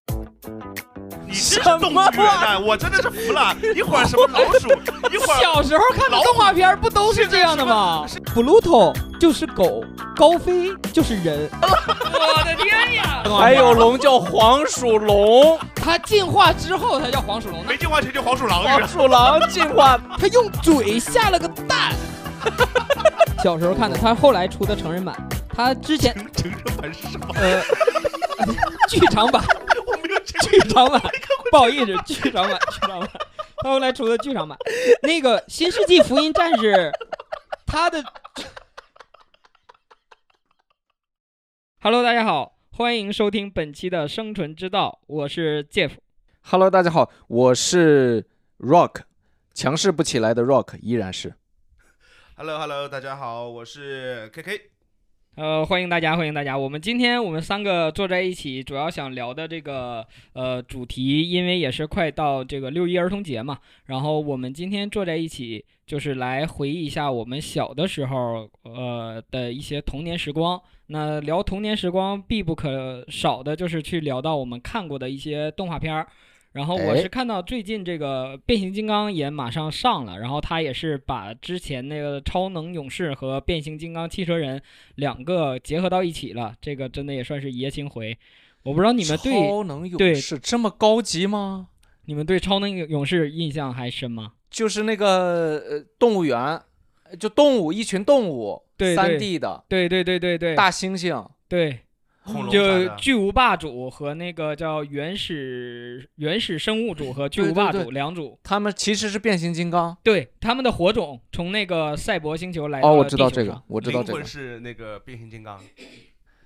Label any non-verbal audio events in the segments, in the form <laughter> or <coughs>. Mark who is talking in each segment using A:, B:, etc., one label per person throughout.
A: 你真是动物
B: 什么
A: 虐待，我真的是服了。一会儿什么老鼠，一会儿
C: 小时候看的动画片不都是这样的吗？Pluto
D: 就是狗，高飞就是人，
C: <laughs> 我的天呀！
B: 还有龙叫黄鼠龙，
C: 它进化之后，它叫黄鼠龙。
A: 没进化成就黄鼠狼
B: 黄
A: 了。
B: 鼠狼进化，
D: 他用嘴下了个蛋。
C: <laughs> 小时候看的，它后来出的成人版，它之前
A: 成成人版是什么？
C: 呃 <laughs> 剧场版，
A: 我没有这个
C: 剧场版，不好意思，剧场版，剧场版，它后来出的剧场版，那个《新世纪福音战士》，它的。Hello，大家好，欢迎收听本期的《生存之道》，我是 Jeff。
B: Hello，大家好，我是 Rock，强势不起来的 Rock 依然是。
A: Hello Hello，大家好，我是 KK。
C: 呃，欢迎大家，欢迎大家。我们今天我们三个坐在一起，主要想聊的这个呃主题，因为也是快到这个六一儿童节嘛，然后我们今天坐在一起，就是来回忆一下我们小的时候呃的一些童年时光。那聊童年时光必不可少的就是去聊到我们看过的一些动画片儿。然后我
B: 哎
C: 是看到最近这个变形金刚也马上上了，然后他也是把之前那个超能勇士和变形金刚汽车人两个结合到一起了，这个真的也算是一夜情回。我不知道你们对
B: 超能勇
C: 对
B: 士这么高级吗？
C: 你们对超能勇士印象还深吗？
B: 就是那个呃动物园，就动物一群动物，
C: 对对
B: 三 D 的
C: 对对对对对，
B: 大猩猩，
C: 对，
A: 恐龙啥
C: 就
A: 的
C: 巨无霸主和那个叫原始原始生物组和巨无霸
B: 对对
C: 主两组，
B: 他们其实是变形金刚。
C: 对他们的火种从那个赛博星球来到
B: 哦，我
C: 了
B: 知
C: 地
B: 道
C: 球
B: 这个
C: 上，
B: 我知道
A: 灵
B: 这个
A: 魂。是那个变形金刚，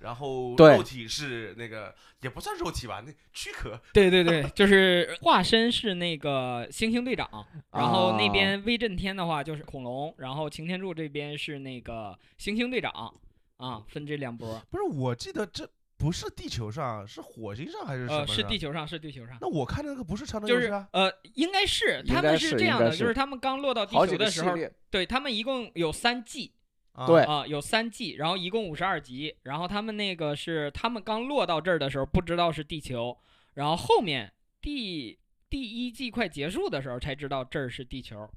A: 然后
B: 对
A: 肉体是那个也不算肉体吧，那躯壳。
C: 对对对，就是化身是那个猩猩队长，然后那
B: 啊
C: 边威震天的话就是恐龙，然后擎天柱这边是那个猩猩队长啊，分这两波，
A: 不是，我记得这不是地球上，是火星上还是
C: 呃，是地球上是地球上。
A: 那我看的那个不是超能
C: 就
A: 勇
C: 是
A: 士啊，
C: 呃，应该是
B: 应
C: 他
B: 该
C: 们
B: 是
C: 这
B: 应
C: 样
B: 该
C: 的，就是他们刚落到地
B: 好
C: 球
B: 几
C: 的
B: 个
C: 时
B: 系
C: 候，
B: 列，哎
C: 对他们一共有三季，
A: 啊
B: 对
C: 啊、有三季，然后一共五十二集。然后他们那个是他们刚落到这儿的时候，不知道是地球，然后后面第第一季快结束的时候才知道这儿是
B: <laughs>
C: 地球，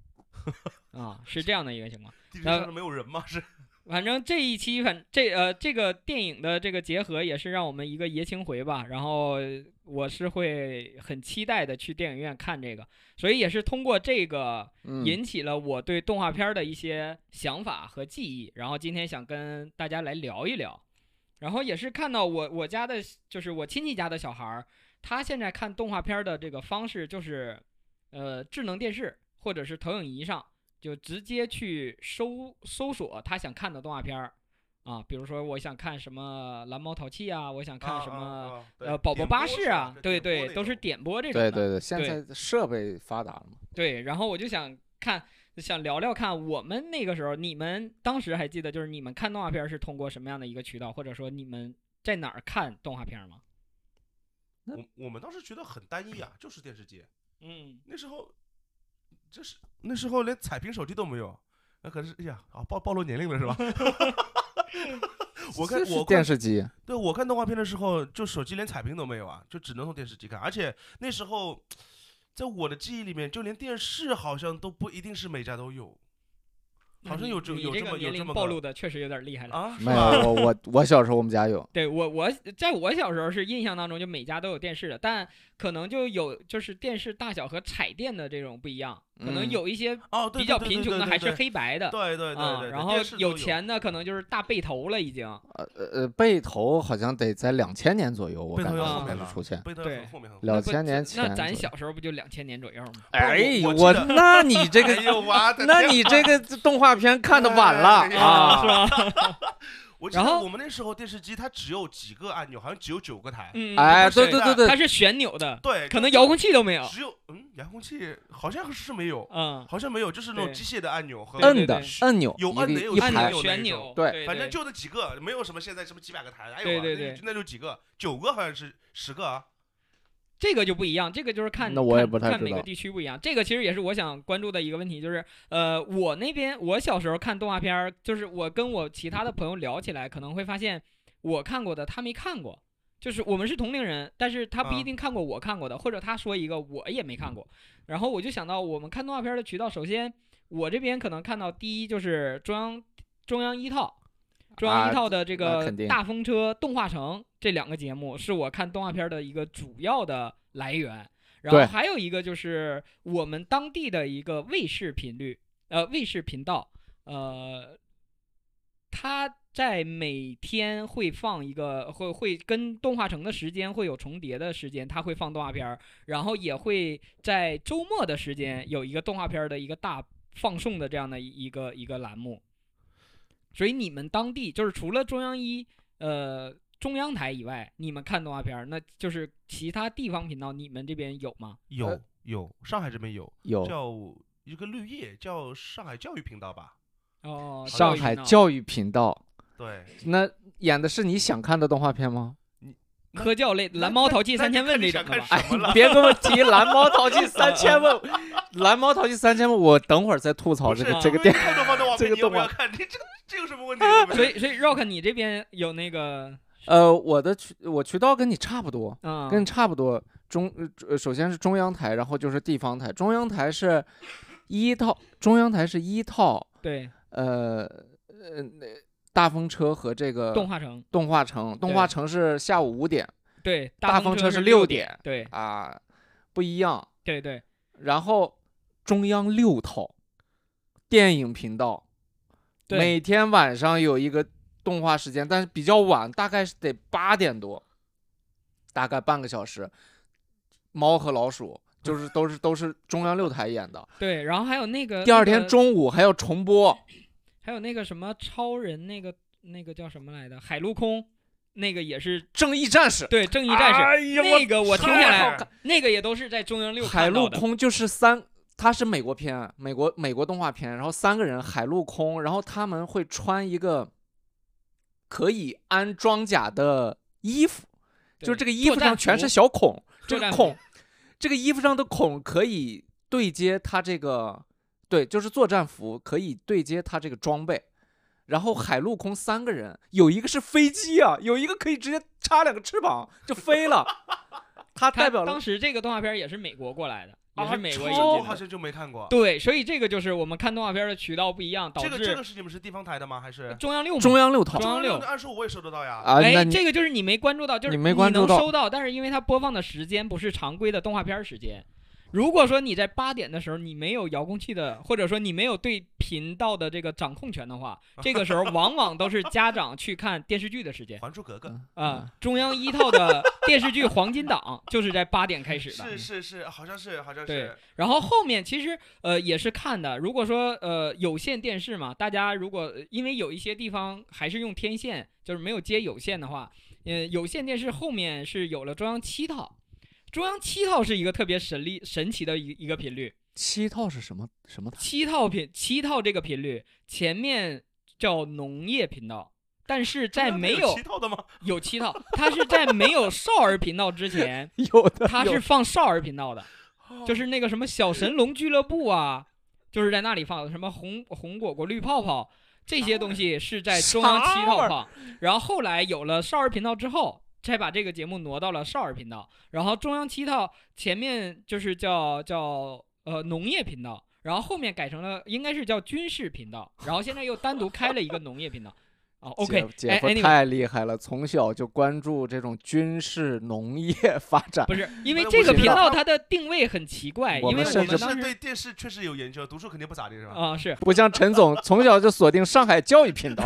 C: 啊，是这样的一个情况。
A: 地球上是没有人吗？是
C: 反正这一期反这呃这个电影的这个结合也是让我们一个爷青回吧，然后我是会很期待的去电影院看这个，所以也是通过这个
B: 嗯，
C: 引起了我对动画片儿的一些想法和记忆，然后今天想跟大家来聊一聊，然后也是看到我我家的，就是我亲戚家的小孩儿，他现在看动画片儿的这个方式就是，呃，智能电视或者是投影仪上就直接去搜搜索他想看的动画片儿啊，比如说我想看什么蓝猫淘气啊，我想看什么、呃宝宝巴士啊，对对，都是点播这种
B: 对
C: 的，
B: 对对，现在设备发达了嘛。
C: 对，然后我就想看，想聊聊看我们那个时候，你们当时还记得就是你们看动画片是通过什么样的一个渠道，或者说你们在哪儿看动画片吗？
A: 我我们当时觉得很单一啊，就是电视机。
C: 嗯，
A: 那时候，这是那时候连彩屏手机都没有，那可是哎呀啊暴暴露年龄了是吧？ <laughs> 我看
B: 这是
A: 我
B: 电
A: 看
B: 视机，
A: 对我看动画片的时候，就手机连彩屏都没有啊，就只能从电视机看。而且那时候，在我的记忆里面，就连电视好像都不一定是每家都有好像有这
C: 嗯你
A: 有
C: 这
A: 这
C: 个
A: 么有
C: 年
A: 这
C: 龄
A: 么
C: 暴
A: 个
C: 露的确嗯实有点厉害了。
A: 啊，是
B: 没
A: 吧？
B: 有我我我小时候我们家有，
C: 对我，我在我小时候是印象当中，就每家都有电视的，但可能就有就是电视大小和彩电的这种不一样，可能
B: 嗯
C: 有一些
A: 哦，对
C: 比较
A: 对对
C: 贫
A: 对
C: 穷的
A: 对
C: 还是
A: 对
C: 黑白的
A: 对对对
C: 啊，
A: 对，
C: 然
A: 对
C: 后
A: 电视都
C: 有钱的可能就是大背头了已经。
B: 呃呃呃，背头好像得在两千年左右，我
A: 背头
B: 感觉
A: 要
C: 后
B: 后
A: 面
B: 面就
A: 了
B: 出现。
A: 背头
C: 对
A: 很后面很后面。
C: 那
B: 两
C: 不
B: 千年
C: 那
B: 前，
A: 啊
C: 那咱小时候不就两千年左右吗？
B: 哎，
A: 我我
B: 我
A: 记得
B: 那你这个
A: <laughs> 哎呦，我的
B: 那
A: 天
B: 你这个动画片看的晚了
C: <laughs> 啊，是
B: 啊！
C: 吧？
A: 我记
C: 然
A: 得
C: 后
A: 我们那时候电视机它只有几个按钮，好像只有九个台。
C: 嗯，
B: 哎，
C: 它不
B: 对
C: 是
B: 对对对
C: 它，是旋钮的，
A: 对，
C: 可能遥控器都没有。
A: 只有嗯，遥控器好像是没有，
C: 嗯，
A: 好像没有，就是那
C: 对
A: 种机械的按钮和
C: 对
B: 摁的
A: 对
B: 按钮，
A: 有
B: 一
A: 摁的
B: 个
A: 也有
B: 一
A: 按
B: 排
A: 钮
C: 旋
A: 那
C: 钮
A: 种，
B: 对
C: 对
A: 反正就那几个，没有什么现在什么几百个台，哎呦
C: 对
A: 啊
C: 对
A: 那
C: 对
A: 就那就几个，九个好像是十个
B: 呃
A: 啊，
C: 这个就不一样，这个就是看
B: 那我也不太
C: 看看
B: 知
C: 每个
B: 道
C: 地区不一样。这个其实也是我想关注的一个问题，就是呃，我那边我小时候看动画片儿，就是我跟我其他的朋友聊起来，可能会发现我看过的他没看过，就是我们是同龄人，但是他不
B: 嗯
A: 啊
C: 一定看过我看过的，或者他说一个我也没看过。然后我就想到我们看动画片的渠道，首先我这边可能看到第一就是中央中央一套。中央
B: 啊
C: 一套的
B: 那
C: 这个
B: 肯定
C: 《大风车》《动画城》这两个节目是我看动画片的一个主要的来源，然
B: 对
C: 后还有一个就是我们当地的一个卫视频率，呃，卫视频道，呃，它在每天会放一个，会会跟动画城的时间会有重叠的时间，它会放动画片儿，然后也会在周末的时间有一个动画片儿的一个大放送的这样的一一个一个栏目。所以你们当地就是除了中央一呃中央台以外，你们看动画片儿，那就是其他地方频道，你们这边有吗？
A: 有
B: 呃
A: 有，上海这边有
B: 有
A: 叫一个绿叶，叫上海教育频道吧？
C: 哦，
B: 上海教育频道，
A: 对，
B: 那演的是你想看的动画片吗？
C: 科教类《蓝猫淘气三千问》这种的吧？
B: 哎，你别跟我提蓝猫淘气三千问，蓝猫淘气三千问，我等会儿再吐槽
A: 不
B: 哦这
A: 是
B: 个这
A: 因
B: 个
A: 为
B: 电。
A: 看动画的网
B: <laughs> 这
A: 片
B: 个
A: 你要不
B: 动画
A: 要看？ <laughs> 这这这有什么问
C: <laughs>
A: 题？对不
C: 所
A: 对
C: 以所以 Rock，你这边有那个
B: 呃，我的渠我渠道跟你差不多，
C: 嗯
B: 跟你差不多。中呃，首先是中央台，然后就是地方台。中央台是一套，中央台是一套，
C: 对
B: 呃呃，那大风车和这个
C: 动画城
B: 动画城，动画
C: 对
B: 城是下午五点
C: 对
B: 大
C: 风
B: 风车
C: 是
B: 是
C: 六
B: 六
C: 点
B: 点，
C: 对
B: 啊，不一样。
C: 对对
B: 然后中央六套电影频道，
C: 对
B: 每天晚上有一个动画时间，但是比较晚，大概是得八点多，大概半个小时。猫和老鼠就是都是都是中央六台演的，
C: 对，然后还有那个
B: 第二
C: 那
B: 天
C: 个
B: 中午还要重播。
C: 还有那个什么超人那个那个叫什么来的海陆空，那个也是
B: 正义战士，
C: 对正义战士。
B: 哎
A: 呀
C: 那个我听下
A: 太好
C: 来
A: 看，
C: 那个也都是在中央六
B: 啊海
C: 看到
B: 陆
C: 的
B: 空就是三，它是美国片，美国美国动画片，然后三个人海陆空，然后他们会穿一个可以安装甲的衣服，就是
C: 对
B: 这个衣
C: 作嗯
B: 服
C: 战
B: 上全
C: 服
B: 是小孔，这
C: 作
B: 个
C: 战服
B: 孔，这个衣服上的孔可以对接它这个，对，就是作战服可以对接它这个装备。然后海陆空三个人，有一个是飞机啊，有一个可以直接插两个翅膀就飞了，它
C: 他
B: 代表了
C: 当时这个动画片也是美国过来的，也
A: 啊
C: 是美国引
A: 超
C: 进
A: 好
C: 的。
A: 像就没看过。
C: 对，所以这个就是我们看动画片的渠道不一样，导
A: 这个这
C: 致呃
A: 个是你们是地方台的吗？还是
C: 中央六嘛
B: 中央六套
C: 中央六
A: 的按说我也收得到呀。
B: 啊，那
C: 哎，
B: 你
C: 这个就是你没关注到，就是
B: 你没关注
C: 能
B: 到
C: 收到，但是因为它播放的时间不是常规的动画片时间。如果说你在八点的时候你没有遥控器的，或者说你没有对频道的这个掌控权的话，这个时候往往都是家长去看电视剧的时间
A: 《还珠格格》
C: 啊。中央一套的电视剧黄金档 <laughs> 就是在八点开始的，嗯
A: 是是是，好像是好像
C: 对
A: 是。
C: 然后后面其实呃也是看的，如果说呃有线电视嘛，大家如果呃因为有一些地方还是用天线，就是没有接有线的话，嗯、有线电视后面是有了中央七套，中央七套是一个特别神力神奇的一一个频率，
B: 七套 <laughs> 是什么什么台？
C: 七套频七套这个频率前面叫农业频道，但是在没
A: 有
C: 有
A: 七套的吗？
C: 有七套，它是在没有少儿频道之前，
B: 有 <laughs> 的
C: 它
B: 有哦
C: 是放少儿频道的。 <laughs> 就是那个什么小神龙俱乐部啊，就是在那里放的，什么红红果果、绿泡泡这些东西是在中央七
B: 啥玩
C: 套
B: 意儿
C: 放，然后后来有了少儿频道之后。才把这个节目挪到了少儿频道，然后中央七套前面就是叫叫呃农业频道，然后后面改成了应该是叫军事频道，然后现在又单独开了一个农业频道。啊，OK，
B: 姐姐
C: 哎
B: 夫
C: ，anyway
B: 太厉害了，从小就关注这种军事农业发展
C: 不。是，因为
A: 哎我
C: 这个
A: 知
C: 频
A: 道
C: 道它的定位很奇怪，因
B: 啊我
C: 为
B: 们
C: 我
B: 甚
C: 们
B: 至
C: 当
A: 哦是
C: 时
A: 对电视确实有研究，读书肯定不咋地是吧？
C: 啊是，
B: 不像陈总从小就锁定上海教育频道，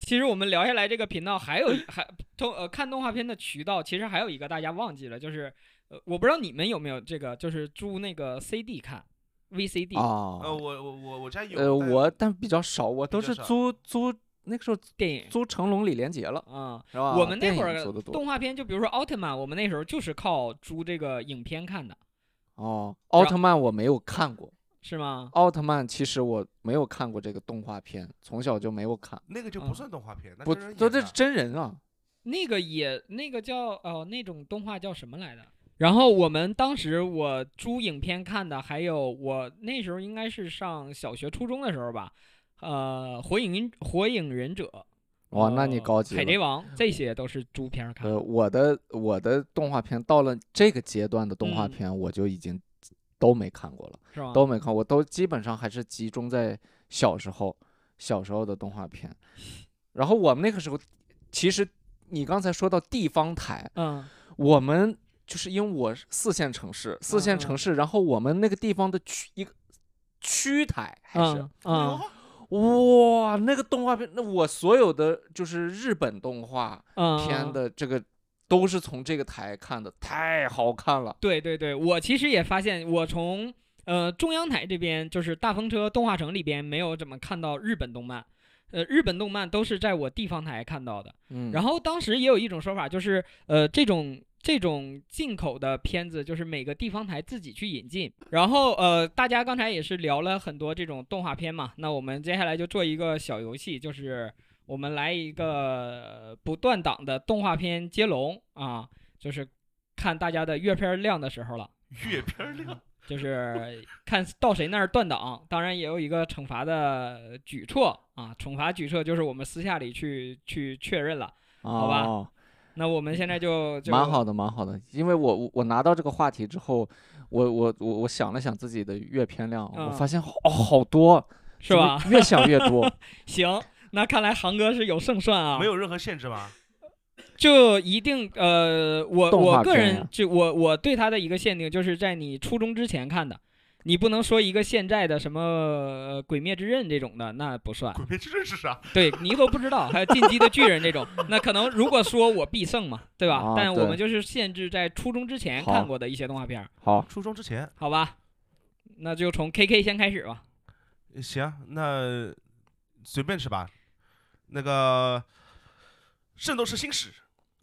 C: 其实我们聊下来这个频道还有一还动呃看动画片的渠道，其实还有一个大家忘记了，就是呃我不知道你们有没有这个，就是租那个 CD 看 VCD
A: 呃，
B: 啊，
A: 我我我我家有。
B: 呃，
A: 但
B: 我但比较少，我都
A: 比较
B: 是
A: 少
B: 租租那个时候
C: 电影
B: 租成龙、李连杰了，
C: 啊、
B: 是吧？
C: 我们那
B: 电
C: 会
B: 影
C: 儿
B: 租的多
C: 动画片，就比如说奥特曼，我们那时候就是靠租这个影片看的，
B: 哦。奥特曼我没有看过，
C: 是吗？
B: 奥特曼其实我没有看过这个动画片，从小就没有看，
A: 那个就
C: 嗯
A: 不算动画片，那
B: 不，
A: 真人
B: 都
A: 演
B: 这
A: 的
B: 是真人啊，
C: 那个也那个叫哦那种动画叫什么来的？然后我们当时我租影片看的，还有我那时候应该是上小学初中的时候吧，呃，火影忍火影忍者
B: 哇，那你
C: 呃
B: 高级
C: 海
B: 了。
C: 贼王这些都是猪片儿看
B: 呃，。我的我的动画片到了这个阶段的动画
C: 嗯
B: 片，我就已经都没看过了，
C: 是吗？
B: 都没看，我都基本上还是集中在小时候小时候的动画片。然后我们那个时候，其实你刚才说到地方台，
C: 嗯
B: 我们就是因为我是四线城市，四线
C: 嗯嗯
B: 城市，然后我们那个地方的区一个区台还是。
C: 嗯嗯
A: 哦
B: 哇，那个动画片，那我所有的就是日本动画
C: 嗯，
B: 片的这个，都是从这个台看的，太好看了。
C: 对对对，我其实也发现，我从呃中央台这边，就是大风车动画城里边，没有怎么看到日本动漫。呃，日本动漫都是在我地方台看到的。
B: 嗯，
C: 然
B: 后
C: 后当时也有一种说法，就是呃，这种这种进口的片子，就是每个地方台自己去引进。然后呃，大家刚才也是聊了很多这种动画片嘛，那我们接下来就做一个小游戏，就是我们来一个呃不断档的动画片接龙啊，就是看大家的阅片量的时候了。
A: 阅片儿量，
C: 就是 <coughs> 看到谁那儿断档，当然也有一个惩罚的举措啊，惩罚举措就是我们私下里去去确认了。好吧
B: 哦，
C: 那我们现在就就
B: 蛮好的，蛮好的。因为我我我拿到这个话题之后，我我我我想了想自己的阅片量，我
C: 嗯
B: 发现好、哦、好多，
C: 是
B: 怎么
C: 吧？
B: 越想越
C: <laughs>
B: 多，
C: 行，那看来航哥是有胜算啊。
A: 没，有任何限制吧？
C: 就一定呃，我
B: 动画
C: 我个
B: 片
C: 人
B: 呀
C: 就我我对他的一个限定就是在你初中之前看的，你不能说一个现在的什么呃《鬼灭之刃》这种的，那不算。
A: 鬼灭之刃是啥？
C: 对你都不知道，还有《进击的巨人》
A: <laughs>
C: 这种，那可能如果说我必胜嘛，对吧？
B: 啊
C: 但我
B: 对
C: 们就是限制在初中之前
B: 好
C: 看过的一些动画片儿，
B: 好，
A: 初中之前，
C: 好吧？那就从 K K 先开始吧。
A: 呃行，那随便吃吧。那个《圣斗士星矢》，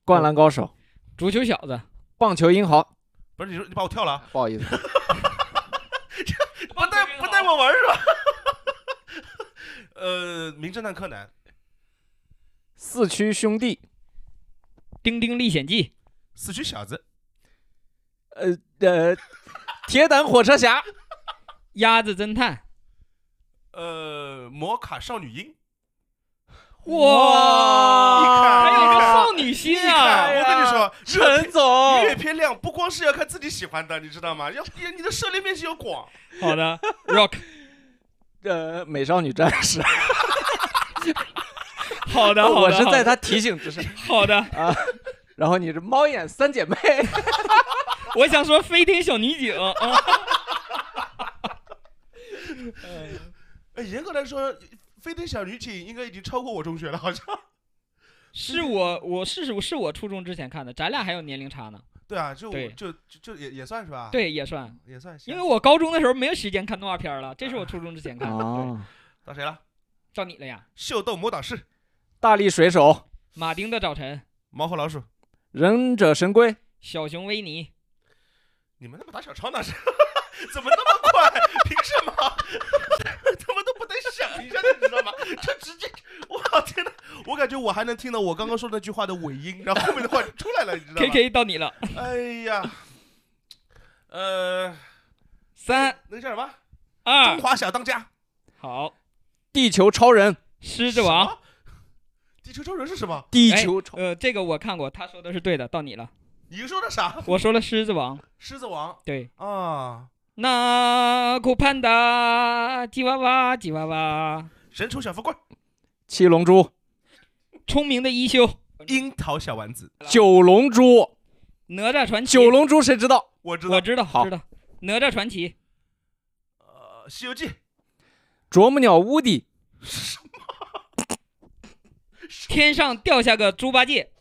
B: 灌篮高手，
C: 足球小子，
B: 棒球英豪，
A: 不是你说你把我跳了啊，
B: 不好意思，
A: 不带不带我玩儿是吧？ <laughs> 呃，《名侦探柯南》，
B: 四驱兄弟，
C: 《丁丁历险记》《
A: 四驱小子，
B: 呃呃，铁胆火车
C: <laughs>
B: 侠，
C: 鸭子侦探
A: 呃，《摩卡少女樱》。》。
C: 哇，还有一个啊少女心
A: 啊你看，
C: 啊！
A: 我跟你说，阅
B: 陈总，
A: 阅片量不光是要看自己喜欢的，你知道吗？要你的涉猎面积要广。
C: 好的，Rock，
B: 呃，美少女战
C: <laughs>
B: 士，
C: 好的，好的，
B: 我是
C: 好
B: 在
C: 的
B: 他提醒之
C: <laughs>
B: 上，
C: 好的，
B: 然后你是猫眼三姐
C: <laughs>
B: 妹，
C: 我想说飞天小
A: <laughs>
C: 女警啊，
A: 哎，严格来说，《飞天小女警》应该已经超过我中学了，好像。 <laughs>
C: 是我我是是我初中之前看的，咱俩还有年龄差呢，
A: 对啊，就
C: 对
A: 就就就也也算是吧。，
C: 对，也算。
A: 也算啊行。
C: 因为我高中的时候没有时间看动画片儿了，这是我初中之前看的。对，
B: 啊，
A: 到谁了？
C: 到你了呀，
A: 秀逗魔导士、
B: 大力水手、
C: 马丁的早晨、
A: 猫和老鼠，
B: 忍者神龟、
C: 小熊维尼、
A: 你们他妈打小抄呢？是怎么那么快？凭什么？ <laughs> 他们都不得想一下，你知道吗？就直接，我天哪！我感觉我还能听到我刚刚说那句话的尾音，然后后面的话就出来了，你知道吗
C: K？K 到你了，
A: 哎呀，呃，
C: 三
A: 那个叫什么？
C: 二
A: 中华小当家
C: 好，
B: 地球超人、
C: 狮子王。？
A: 什么地球超人是什么？
B: 地
C: 哎
B: 球超，
C: 呃，这个我看过，他说的是对的，到你了。
A: 你说的啥？
C: 我说了狮子王，
A: 狮子王
C: 对，
A: 啊，
C: 那库潘达、吉娃娃、吉娃娃、
A: 神厨小富贵，
B: 七龙珠、
C: 聪明的一休、
A: 樱桃小丸子，
B: 九龙珠、
C: 哪吒传奇。
B: 九龙珠谁知道？
A: 我知道
C: 我。知道，
B: 好
C: 知道。哪吒传奇，
A: 呃，《西游记》
B: 啄木鸟乌迪、
C: 天上掉下个猪八戒，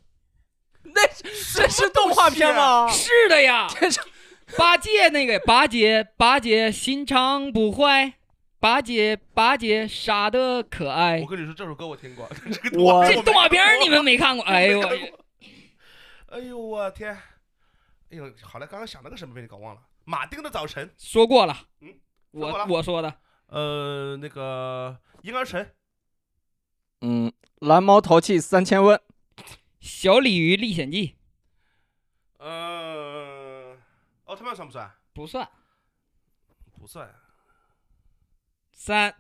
B: 这是动画片吗？
C: 是的呀。
B: 这是
C: 八戒那个八戒，八戒心肠不坏，八戒八戒傻的可爱
A: 我。跟你说，这首歌我听过。 <laughs>
B: 我
C: 这动画片儿你们没看过？哎呦，
A: 哎呦我天！哎呦，好了，刚刚想了个什么被你搞忘了。马丁的早晨，
C: 说过了
A: 嗯，说过
C: 我
A: 了
C: 我说的
A: 呃，那个婴儿城，
B: 嗯，蓝猫淘气三千问、
C: 小鲤鱼历险记
A: 呃，奥特曼算不算？
C: 不算。
A: 不算。
C: 三、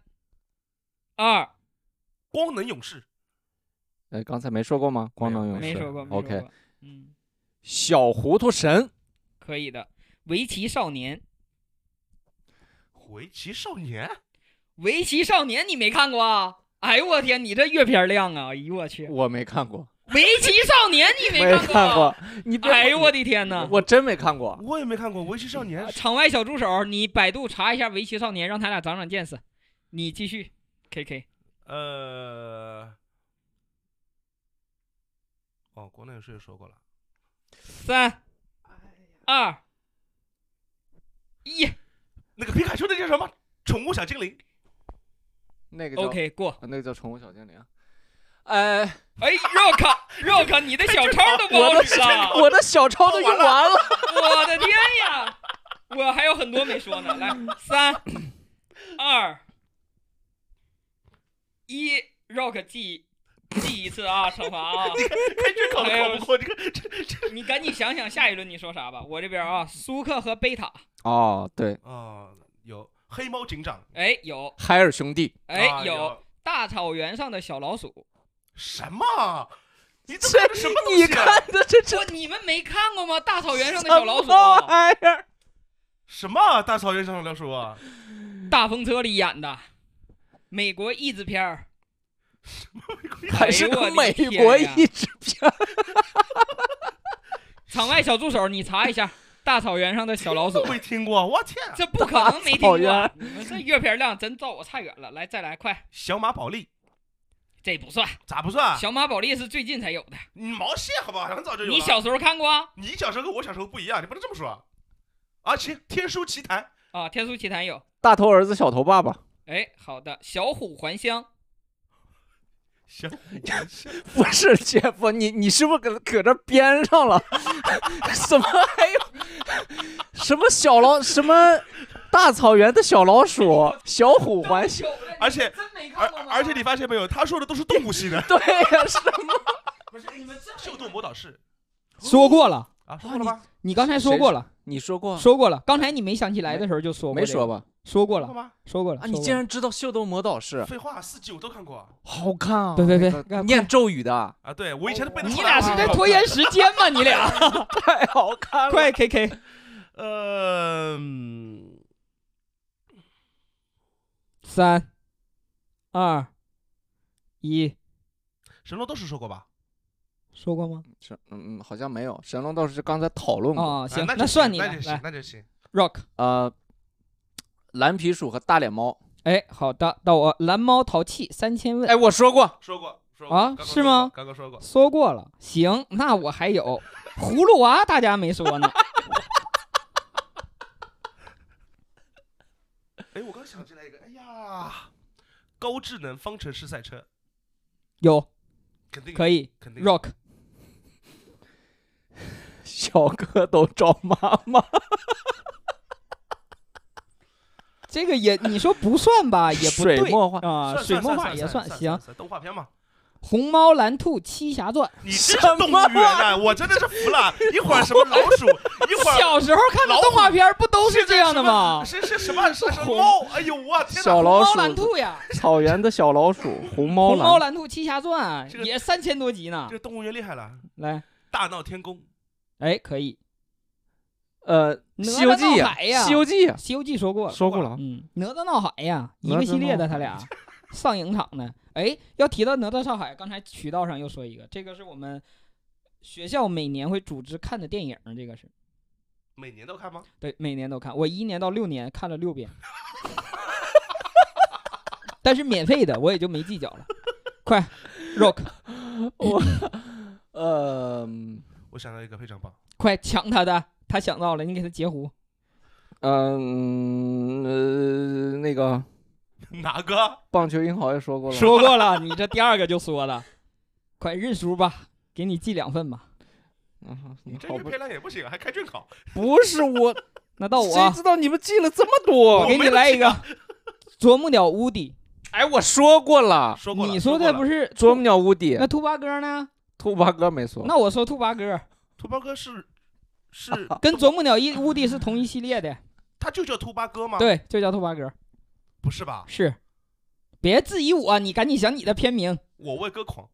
C: 二、
A: 光能勇士，
B: 呃，刚才没说过吗？光能勇士
E: 没说过，没说过。
B: OK，
E: 嗯，
B: 小糊涂神，
E: 可以的。围棋少年，
A: 围棋少年，
E: 围棋少年你没看过啊？哎呦我天，你这阅片量啊！哎呦我去，
B: 我没看过，
E: 围棋少年你没
B: <laughs> 没
E: 看过啊？
B: 看过。嗯你别
E: 哎呦我的天哪！
B: 我真没看过。
A: 我也没看过围棋少年
E: 啊。 <laughs> 场外小助手，你百度查一下围棋少年，让他俩长长见识。你继续，K K，
A: 呃，哦，国内有事也说过了。
E: 三、二、一
A: 那个皮卡丘那叫什么？宠物小精灵。
B: 那个叫
E: ，OK 过。
B: 那个叫宠物小精灵。呃，
E: 哎，Rock Rock，你的小抄都不
B: 我
E: 好
B: 的
E: 使啊了，
B: 我的小抄都用
A: 完了
B: 完了。
E: <laughs> 我的天呀！我还有很多没说呢，来，三、二、一，Rock 记记一次啊，惩罚啊！
A: 开卷考都考不过这
E: 哎
A: 个，这这。
E: 你赶紧想想下一轮你说啥吧。我这边啊，苏克和贝塔，
B: <laughs> 哦，对，
A: 哦，有黑猫警长。
E: 哎有，
B: 海尔兄弟，
E: 哎
A: 啊
E: 有，大草原上的小老鼠，
A: 什么？你这
B: 这
A: 什么东
B: 你
A: 西啊？
B: 看的这这
E: 我你们没看过吗？大草原上的小老
B: 什么
E: 鼠，
B: 玩意儿？
A: 什么大草原上的老鼠啊？
E: <laughs> 大风车里演的，美国译制片儿，
B: 还是
E: 哎呦我
B: 个
E: 的
B: 美
E: 天
B: 国
E: 呀
B: 译制片儿？
E: 场外小助手，你查一下大草原上的小老鼠
A: 都。没听过，我天！啊
E: 这不可能没听
B: 大草
E: 过
B: 原，
E: 你
A: 嗯
E: 们这阅片量真照我差远了。来，再来，快，
A: 小马宝莉
E: 这不算，
A: 咋不算？
E: 小马宝莉是最近才有的。
A: 你毛线好不好？很早就有了。
E: 你小时候看过啊？
A: 你小时候跟我小时候不一样，你不能这么说啊。啊，其《天书奇谭》
E: 啊，天书奇谭有。
B: 大头儿子小头爸爸，
E: 哎，好的，小虎还乡，
A: 小虎
B: 不是姐夫，你你是不是搁搁这编上了？ <laughs> 什么还有什么小老什么大草原的小老鼠，小虎还乡？。
A: 而且
E: 真没
A: 而而且你发现没有，他说的都是动物系的
B: 对呀、什么？
E: 不是你们这
A: 秀逗魔导士
C: 说过了，
A: 啊，说过了吗？
C: 你刚才说过了，
B: 你说过
C: 说过了。刚才你没想起来的时候就说过，
B: 没说？吧？
C: 说过
A: 说
C: 了
A: 过，吗？
C: 说过了。
B: 啊，你竟然知道《秀逗魔导士》？
A: 废话，四季我都看过
B: 好看啊！
C: 别别别
B: 那个
C: 快
B: 念咒语的，
A: 啊。对，我以前都背得
C: 哦你
A: 出
C: 俩
A: 来
C: 是
A: 了
C: 在拖延时间吗？你俩
B: 太好看了！
C: <laughs> 快 K K，
A: 呃，嗯
C: 三、二、一，
A: 神龙都是说过吧？
C: 说过吗？
B: 是，嗯嗯，好像没有。神龙倒是刚才讨论过，
C: 哦，行
A: 啊，
C: 那
A: 就
C: 算
A: 行
C: 你的
A: 那就行
C: 来，
A: 那就行。
C: Rock。
B: 呃，蓝皮鼠和大脸猫。
C: 哎，好的，到我蓝猫淘气三千问
B: 哎，我说过，
A: 说过，说
C: 啊
A: 刚刚
C: 是
A: 说
C: 吗
A: 过刚刚说过，
C: 说过了，行，那我还有葫芦娃，大家没说呢。
A: 哎，我刚想起来一个，哎呀，高智能方程式赛车，
C: 有，
A: 肯定
C: 可
A: 以，
C: 以
A: 肯定有。
C: ，Rock
B: 小蝌蚪找妈妈。
C: 这个也你说不算吧，哎也不对
B: 水墨画
C: 啊，
A: 算
C: 水墨
A: 算
C: 画也
A: 算
C: 行，，
A: 动画片
C: <laughs>
A: 嘛。
C: 红猫蓝兔七侠传，
A: 你真是
B: 什
A: 动物
B: 么
A: 园啊！我真的是服了，一会儿什么老鼠，一会儿
C: 小时候看的
A: 老虎
C: 动画片不都是这样的吗？
A: 是是什么是什么猫？哎呦我天哪！
B: 小老
C: 猫
B: 鼠，
C: 蓝兔呀，
B: 草原的小老
C: <laughs>
B: 鼠，红猫
C: 红猫
B: 蓝。
C: 蓝兔七侠传
A: 这个
C: 也三千多集呢
A: 这。个动物园厉害了，
C: 来，
A: 大闹天宫，
C: 哎，可以，
B: 呃，
C: 哪
B: 西游
C: 吒
B: 记
C: 闹海呀
B: 西游记
C: 《西游记》说过了，
B: 说过了啊。
C: 嗯，哪吒闹海呀，一
B: 哪
C: 个
B: 吒
C: 系列的
B: 闹
C: 他俩
B: <laughs>
C: 上影厂的。哎，要提到哪吒闹海，刚才渠道上又说一个，这个是我们学校每年会组织看的电影，这个是
A: 每年都看吗？
C: 对，每年都看。我一年到六年看了
B: <laughs>
C: 六遍，但是免费的我也就没计较了。快，Rock，
B: 呃
A: 我想到一个非常棒，
C: 快抢他的，他想到了，你给他截胡。
B: 嗯呃，那个
A: <laughs> 哪个？
B: 棒球英豪也说过了。
C: 说过了，你这第二个就说了，快认输吧，给你记两份吧。
B: 嗯好
A: 你这
B: 好
A: 阅
B: 不
A: 片量也不行，还开卷考。
B: 不是
C: <laughs>
B: 我，
C: 那到我
B: 谁
C: 啊，
B: 知道你们记了这么多
C: <laughs>
A: 我？
C: 哦给你来一个啄木鸟乌迪。
B: 哎，我说过了，
A: 说过了，
C: 啊你说的不
A: 是
C: 是
B: 啄木鸟无敌
C: 那，兔八哥呢？
B: 兔八哥没说。
C: 那我说兔八哥
A: 兔八哥是是
C: 啊跟啄木鸟一乌迪是同一系列的，
A: 他就叫兔八哥
B: 啊
A: 吗？，
C: 对，就叫兔八哥。
A: 不是吧？
C: 是，别质疑我，你赶紧想你的片名。
A: 我为歌狂，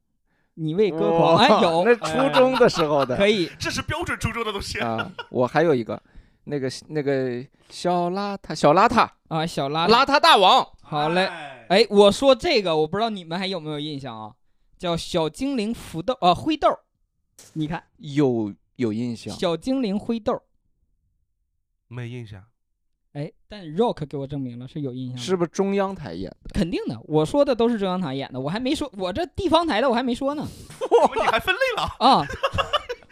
C: 你为歌
B: <laughs>
C: 狂，哎，有
B: 哦
C: 哎
B: 那初中的时候的
C: 可以，
A: 这是标准初中的东西。哎
B: 啊。我还有一个，那个那个小邋遢，小邋遢，
C: 啊，小邋遢，
B: 邋遢大王，
C: 好嘞。
A: 哎，
C: 哎，我说这个，我不知道你们还有没有印象啊？叫小精灵福豆，呃，灰豆。你看，
B: 有有印象。
C: 小精灵灰豆，
A: 没印
C: <laughs>
A: 象。
C: 哎，但 Rock 给我证明了是有印象的，
B: 是不是中央台演的？
C: 肯定的。我说的都是中央台演的，我还没说，我这地方台的我还没说呢。
A: 怎么你还分类了？
C: 啊，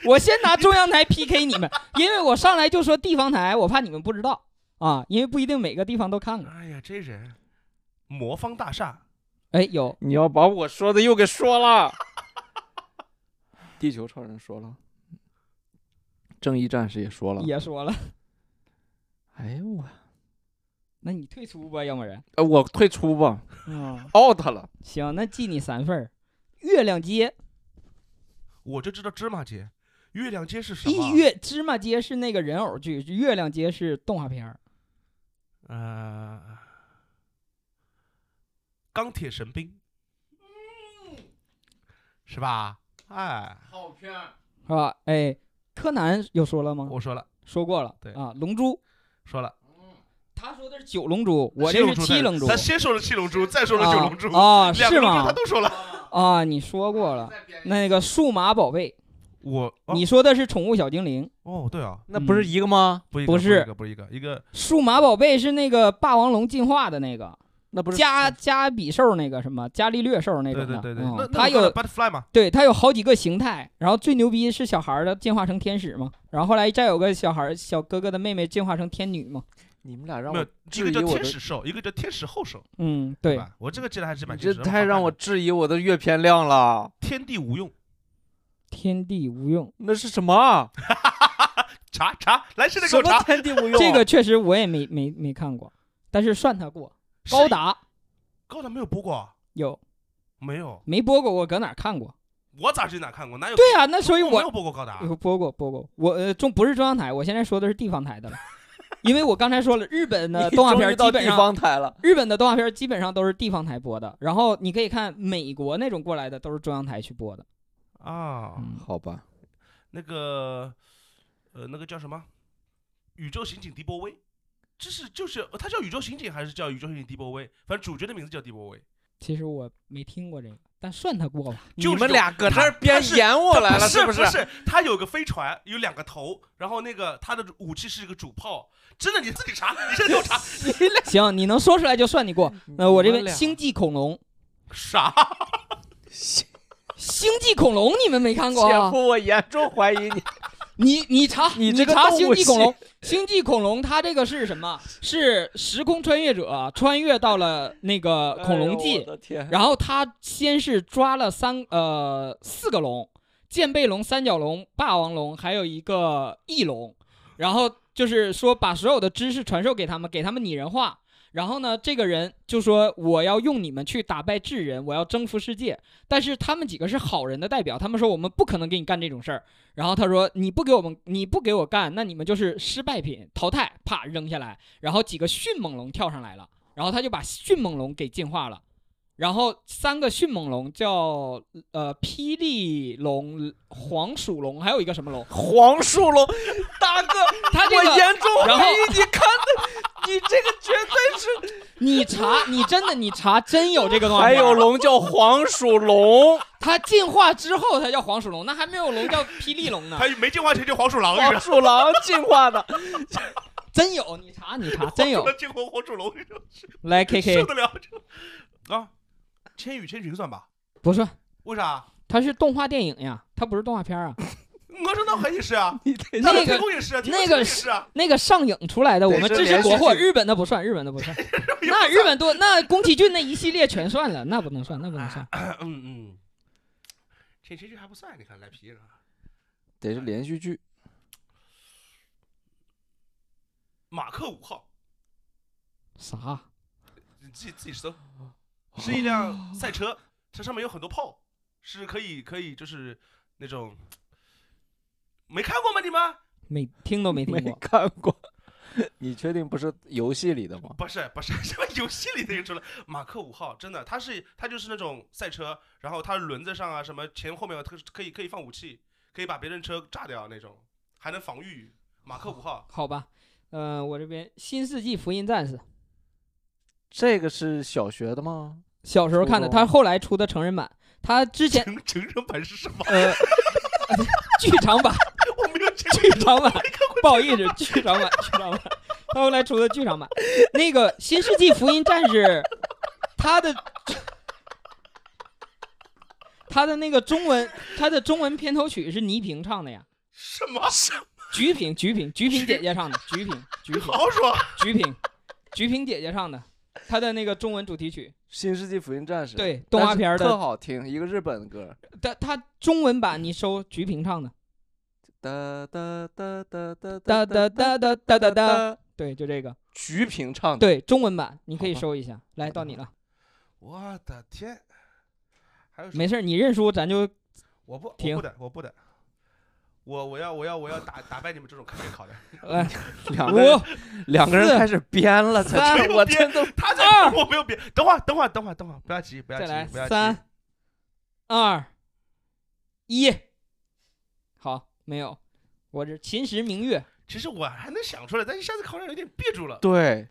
C: 我先拿中央台 PK 你们，因为我上来就说地方台，我怕你们不知道啊，因为不一定每个地方都看过。
A: 哎呀，这人，魔方大厦，
C: 哎，有
B: 你要把我说的又给说了。 <laughs> 地球超人说了，正义战士也说
A: 啊
B: 了。
C: 也说了，
B: 哎呦我，
C: 那你退出吧，要不然。
B: 呃，我退出吧
A: 啊
C: 嗯，
B: ，out 了。
C: 行，那记你三份儿。月亮街，
A: 我就知道芝麻街，月亮街是什么？
C: 一月芝麻街是那个人偶剧，月亮街是动画片儿。
A: 呃，钢铁神兵，是吧？哎，
B: 好片，
C: 是吧？哎，柯南有说了吗？
A: 我说了，
C: 说过了，
A: 对
C: 啊，龙珠，
A: 说了，
C: 他说的是九龙珠，我
A: 七
C: 这
A: 龙
C: 是
A: 珠
C: 七
A: 在
C: 龙珠
A: 他，先说了七龙珠，再说了
C: 啊
A: 九龙珠，
C: 啊，
A: 两
C: 是
A: 个龙珠
C: 吗
A: 他？都说了。
C: 啊，你说过了，那个数码宝贝，
A: 我哦
C: 你说的是宠物小精灵，
A: 哦，对啊，
B: 那不
C: 嗯
B: 是一个吗？
A: 不一
C: 不
A: 个
C: 是
A: 一个不是一个一个
C: 数码宝贝是那个霸王龙进化的那个
B: 那不是哎
C: 加加比兽那个什么加利略兽那
A: 对
C: 种
A: 对对
C: 的，
A: 对，
C: 嗯
A: 那
C: 它有
A: butterfly 嘛？
C: 对它有好几个形态，然后最牛逼是小孩儿的进化成天使嘛，然后后来再有个小孩儿小哥哥的妹妹进化成天女嘛，
B: 你们俩让
A: 没有
B: 我，
A: 一
B: 质
A: 个
B: 疑
A: 叫
B: 我
A: 天
B: 的，
A: 使兽，一个叫天使后手，
C: 嗯，对，
A: 吧？我这个记得还是蛮
B: 你
A: 清
B: 这
A: 楚的。
B: 太
A: 好
B: 让
A: 看
B: 我
A: 的
B: 质疑我的阅片量了。
A: 天地无用，
C: 天地无用，
B: 那是什
A: <laughs>
B: 么啊？
A: 查查，来现在给
B: 什
A: 我
B: 么
A: 查。
B: 天地无用啊？
C: 这个确实我也没没没看过，但是算他过，高
A: 是
C: 达
A: 高达没有播过啊，
C: 有
A: 没有，
C: 没播过，我搁哪儿看过？
A: 我咋去哪看过？哪有？
C: 对呀、那所以
A: 我没
C: 我
A: 有播过
B: 啊
A: 高达。
B: 嗯
C: 有呃播过播过，我呃中不是中央台，我现在说的是地方台的了，因为我刚才说了，日本的
B: 你
C: 动画
B: 终于
C: 片
B: 到
C: 基本
B: 地
C: 上
B: 方台了。
C: 日本的动画片基本上都是地方台播的，然后你可以看美国那种过来的都是中央台去播的。
A: 啊，
C: 嗯，
B: 好吧，
A: 那个，呃，那个叫什么？宇宙刑警迪波威，这是就是呃他叫宇宙刑警还是叫宇宙刑警迪波威？反正主角的名字叫迪波威。
C: 其实我没听过这个，但算他过吧。
B: <laughs>
A: 就是
B: 你们俩搁这儿编
A: 他是
B: 演我来了，
A: 是
B: 不
A: 不？他有个飞船，有两个头，然后那个他的武器是一个主炮。真的，你自己查，你现在给我
B: <laughs>
A: 查
C: 行，你能说出来就算你过。那呃我这边
B: 你们
C: 《
B: 俩
C: 星
B: <laughs>
C: 际恐龙》，《
A: 啥？
C: 星际恐龙》你们没看过
B: 姐
C: 啊？
B: 夫，我严重怀疑你，
C: 你你查，
B: 你
C: 你
B: 这个
C: 查《
B: 动
C: 星
B: 物
C: 际恐
B: 系
C: 龙》，《星际恐龙》它这个是什么？是时空穿越者穿越到了那个恐龙
B: 哎
C: 纪
B: 呦我，的天，？
C: 然后他先是抓了三呃四个龙，剑背龙、三角龙、霸王龙，还有一个翼龙，然后就是说把所有的知识传授给他们，给他们拟人化。然后呢，这个人就说我要用你们去打败智人，我要征服世界。但是他们几个是好人的代表，他们说我们不可能给你干这种事儿。然后他说你不给我们，你不给我干，那你们就是失败品，淘汰，啪扔下来。然后几个迅猛龙跳上来了，然后他就把迅猛龙给进化了。然后三个迅猛龙叫呃霹雳龙、黄鼠龙，还有一个什么龙
B: 黄树龙，大 <laughs> 哥，
C: 他这
B: 我
C: 个
B: 严重
C: 然后
B: 怀疑你看的，你这个绝对是。
C: 你查，你真的你查，真有这个动画
B: 还
C: 片儿。
B: 有龙叫黄鼠龙，
C: 它进化之后，它叫黄鼠龙，那还没有龙叫霹雳龙呢
A: 他。没进化前就黄
C: 哦
A: 鼠狼是
B: 黄
A: 吧？
B: 鼠狼进化的，
C: 真有，你查你查，真有。
A: 进化黄鼠狼，
C: 来，K
A: 受
C: K，
A: 得了这啊？千与千寻算吧？
C: 不是，
A: 为啥？
C: 它是动画电影呀，它不是动画片啊。
A: 哪吒闹海也是啊，
B: 你得
A: 大闹
C: 那
A: 天
C: 个
A: 宫也是啊，天
C: 那
A: 空
C: 个
A: 也是啊，
C: 那个上影出来的，我们
B: 对
C: 支
B: 是
C: 持
B: 连续
C: 国货，
B: 剧
C: 日本的不算，日本的不
B: <laughs>
C: 算。那日本多，那宫崎骏那一系列全算了，那不能算，那不能算。
B: 啊
A: 嗯嗯，千与千寻还不算，你看来皮了。
B: <laughs> 得是连续剧，
A: 马克五号，
C: 啥？
A: 你自己自己搜，是一
C: 哦
A: 辆赛车，它上面有很多炮，是可以可以就是那种，没看过吗？你们
C: 没听都没听
B: 没
C: 过。
B: 看过。你确定不是游戏里的吗？
A: 不是不是，什么游戏里的人出来？马克五号真的，它是它就是那种赛车，然后它轮子上啊什么前后面有特可以可以放武器，可以把别人车炸掉那种，还能防御。马克五号 <laughs>
C: 好吧，呃，我这边《新世纪福音战士》
B: 这个是小学的吗？
C: 小时候看的，
B: 初中啊
C: 他后来出的成人版，他之前
A: 成成人版是什么？
C: 呃剧场版，
A: 我没有这
C: 剧
B: <laughs>
C: 场版， <laughs> 不好意思，剧场版，剧场版，他后来出的剧场版，那个《新世纪福音战士》，他的他的那个中文，他的中文片头曲是倪萍唱的呀，
A: 什么？ <laughs>
C: 菊萍，菊萍，菊萍姐姐唱的，菊萍，菊萍，
A: 好爽！
C: 菊萍，菊萍姐姐唱的，她的那个中文主题曲，
B: 《新世纪福音战士》
C: 对动画片儿
B: 但是特
C: 的，
B: 好听，一个日本歌。
C: 她她中文版你搜菊萍唱的，
B: 哒哒哒哒哒
C: 哒哒哒哒哒哒哒，
B: 哒，
C: 对，就这个，
B: 菊萍唱的。
C: 对，中文版你可以
B: 好吧
C: 搜一下，来
B: 好的
C: 到你了，
A: 我的天，还有什么
C: 没事儿，你认输咱就
A: 我不我
C: 停
A: 不的我不的，我我要我要我要打打败你们这种坑人考的。
C: 来
B: 两个人
C: 五
B: 两个人
C: 四
B: 开始编了，在
C: 三
B: 这儿我真的
A: 他在
C: 二
A: 我没有别，等会儿等会儿等会儿等会儿，不要急不要
C: 再来
A: 急不要急。
C: 三二一，好，没有，我这秦时明月，
A: 其实我还能想出来，但一下子考场有点憋住了，
B: 对，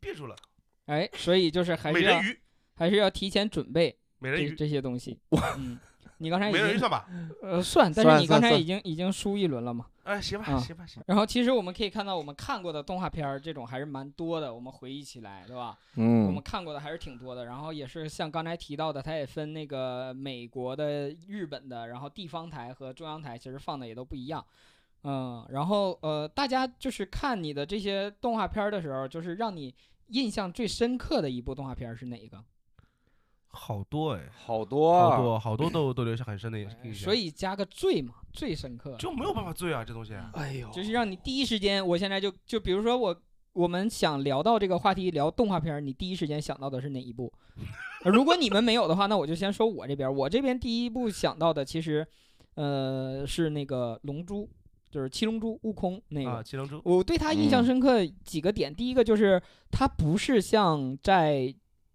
A: 憋住了。
C: 哎，所以就是还
A: 美
C: 是要
A: 人鱼，
C: 还是要提前准备
A: 美人
C: 这
A: 鱼，
C: 这些东西，嗯，你刚才已
A: 美人鱼
C: 经
A: 算吧？
C: 呃算，但
B: 算
C: 是你刚
B: 算
C: 才
B: 算
C: 已经已经输一轮了嘛。
A: 哎，行吧
C: 啊
A: 行吧行。
C: 然后其实我们可以看到，我们看过的动画片儿这种还是蛮多的，我们回忆起来，对吧？我们
B: 嗯，
C: 看过的还是挺多的。然后也是像刚才提到的，它也分那个美国的、日本的，然后地方台和中央台其实放的也都不一样。嗯，然后呃，大家就是看你的这些动画片儿的时候，就是让你印象最深刻的一部动画片儿是哪一个？
A: 好多哎，
B: <laughs> 好多
A: 好
B: 啊
A: 多好多都都留下很深的印象，
C: 哎呃所以加个最嘛，最深刻。
A: <laughs> 就没有办法醉啊，这东西。
B: <laughs> 哎呦，
C: 就是让你第一时间，我现在就就比如说我我们想聊到这个话题，聊动画片儿，你第一时间想到的是哪一部？ <laughs> 呃如果你们没有的话，那我就先说我这边儿，我这边第一部想到的其实，呃，是那个《龙珠》，就是《七龙珠》悟空那个。
A: 啊，七龙珠，
C: 我对他印
B: 嗯
C: 象深刻几个点，第一个就是他不是像在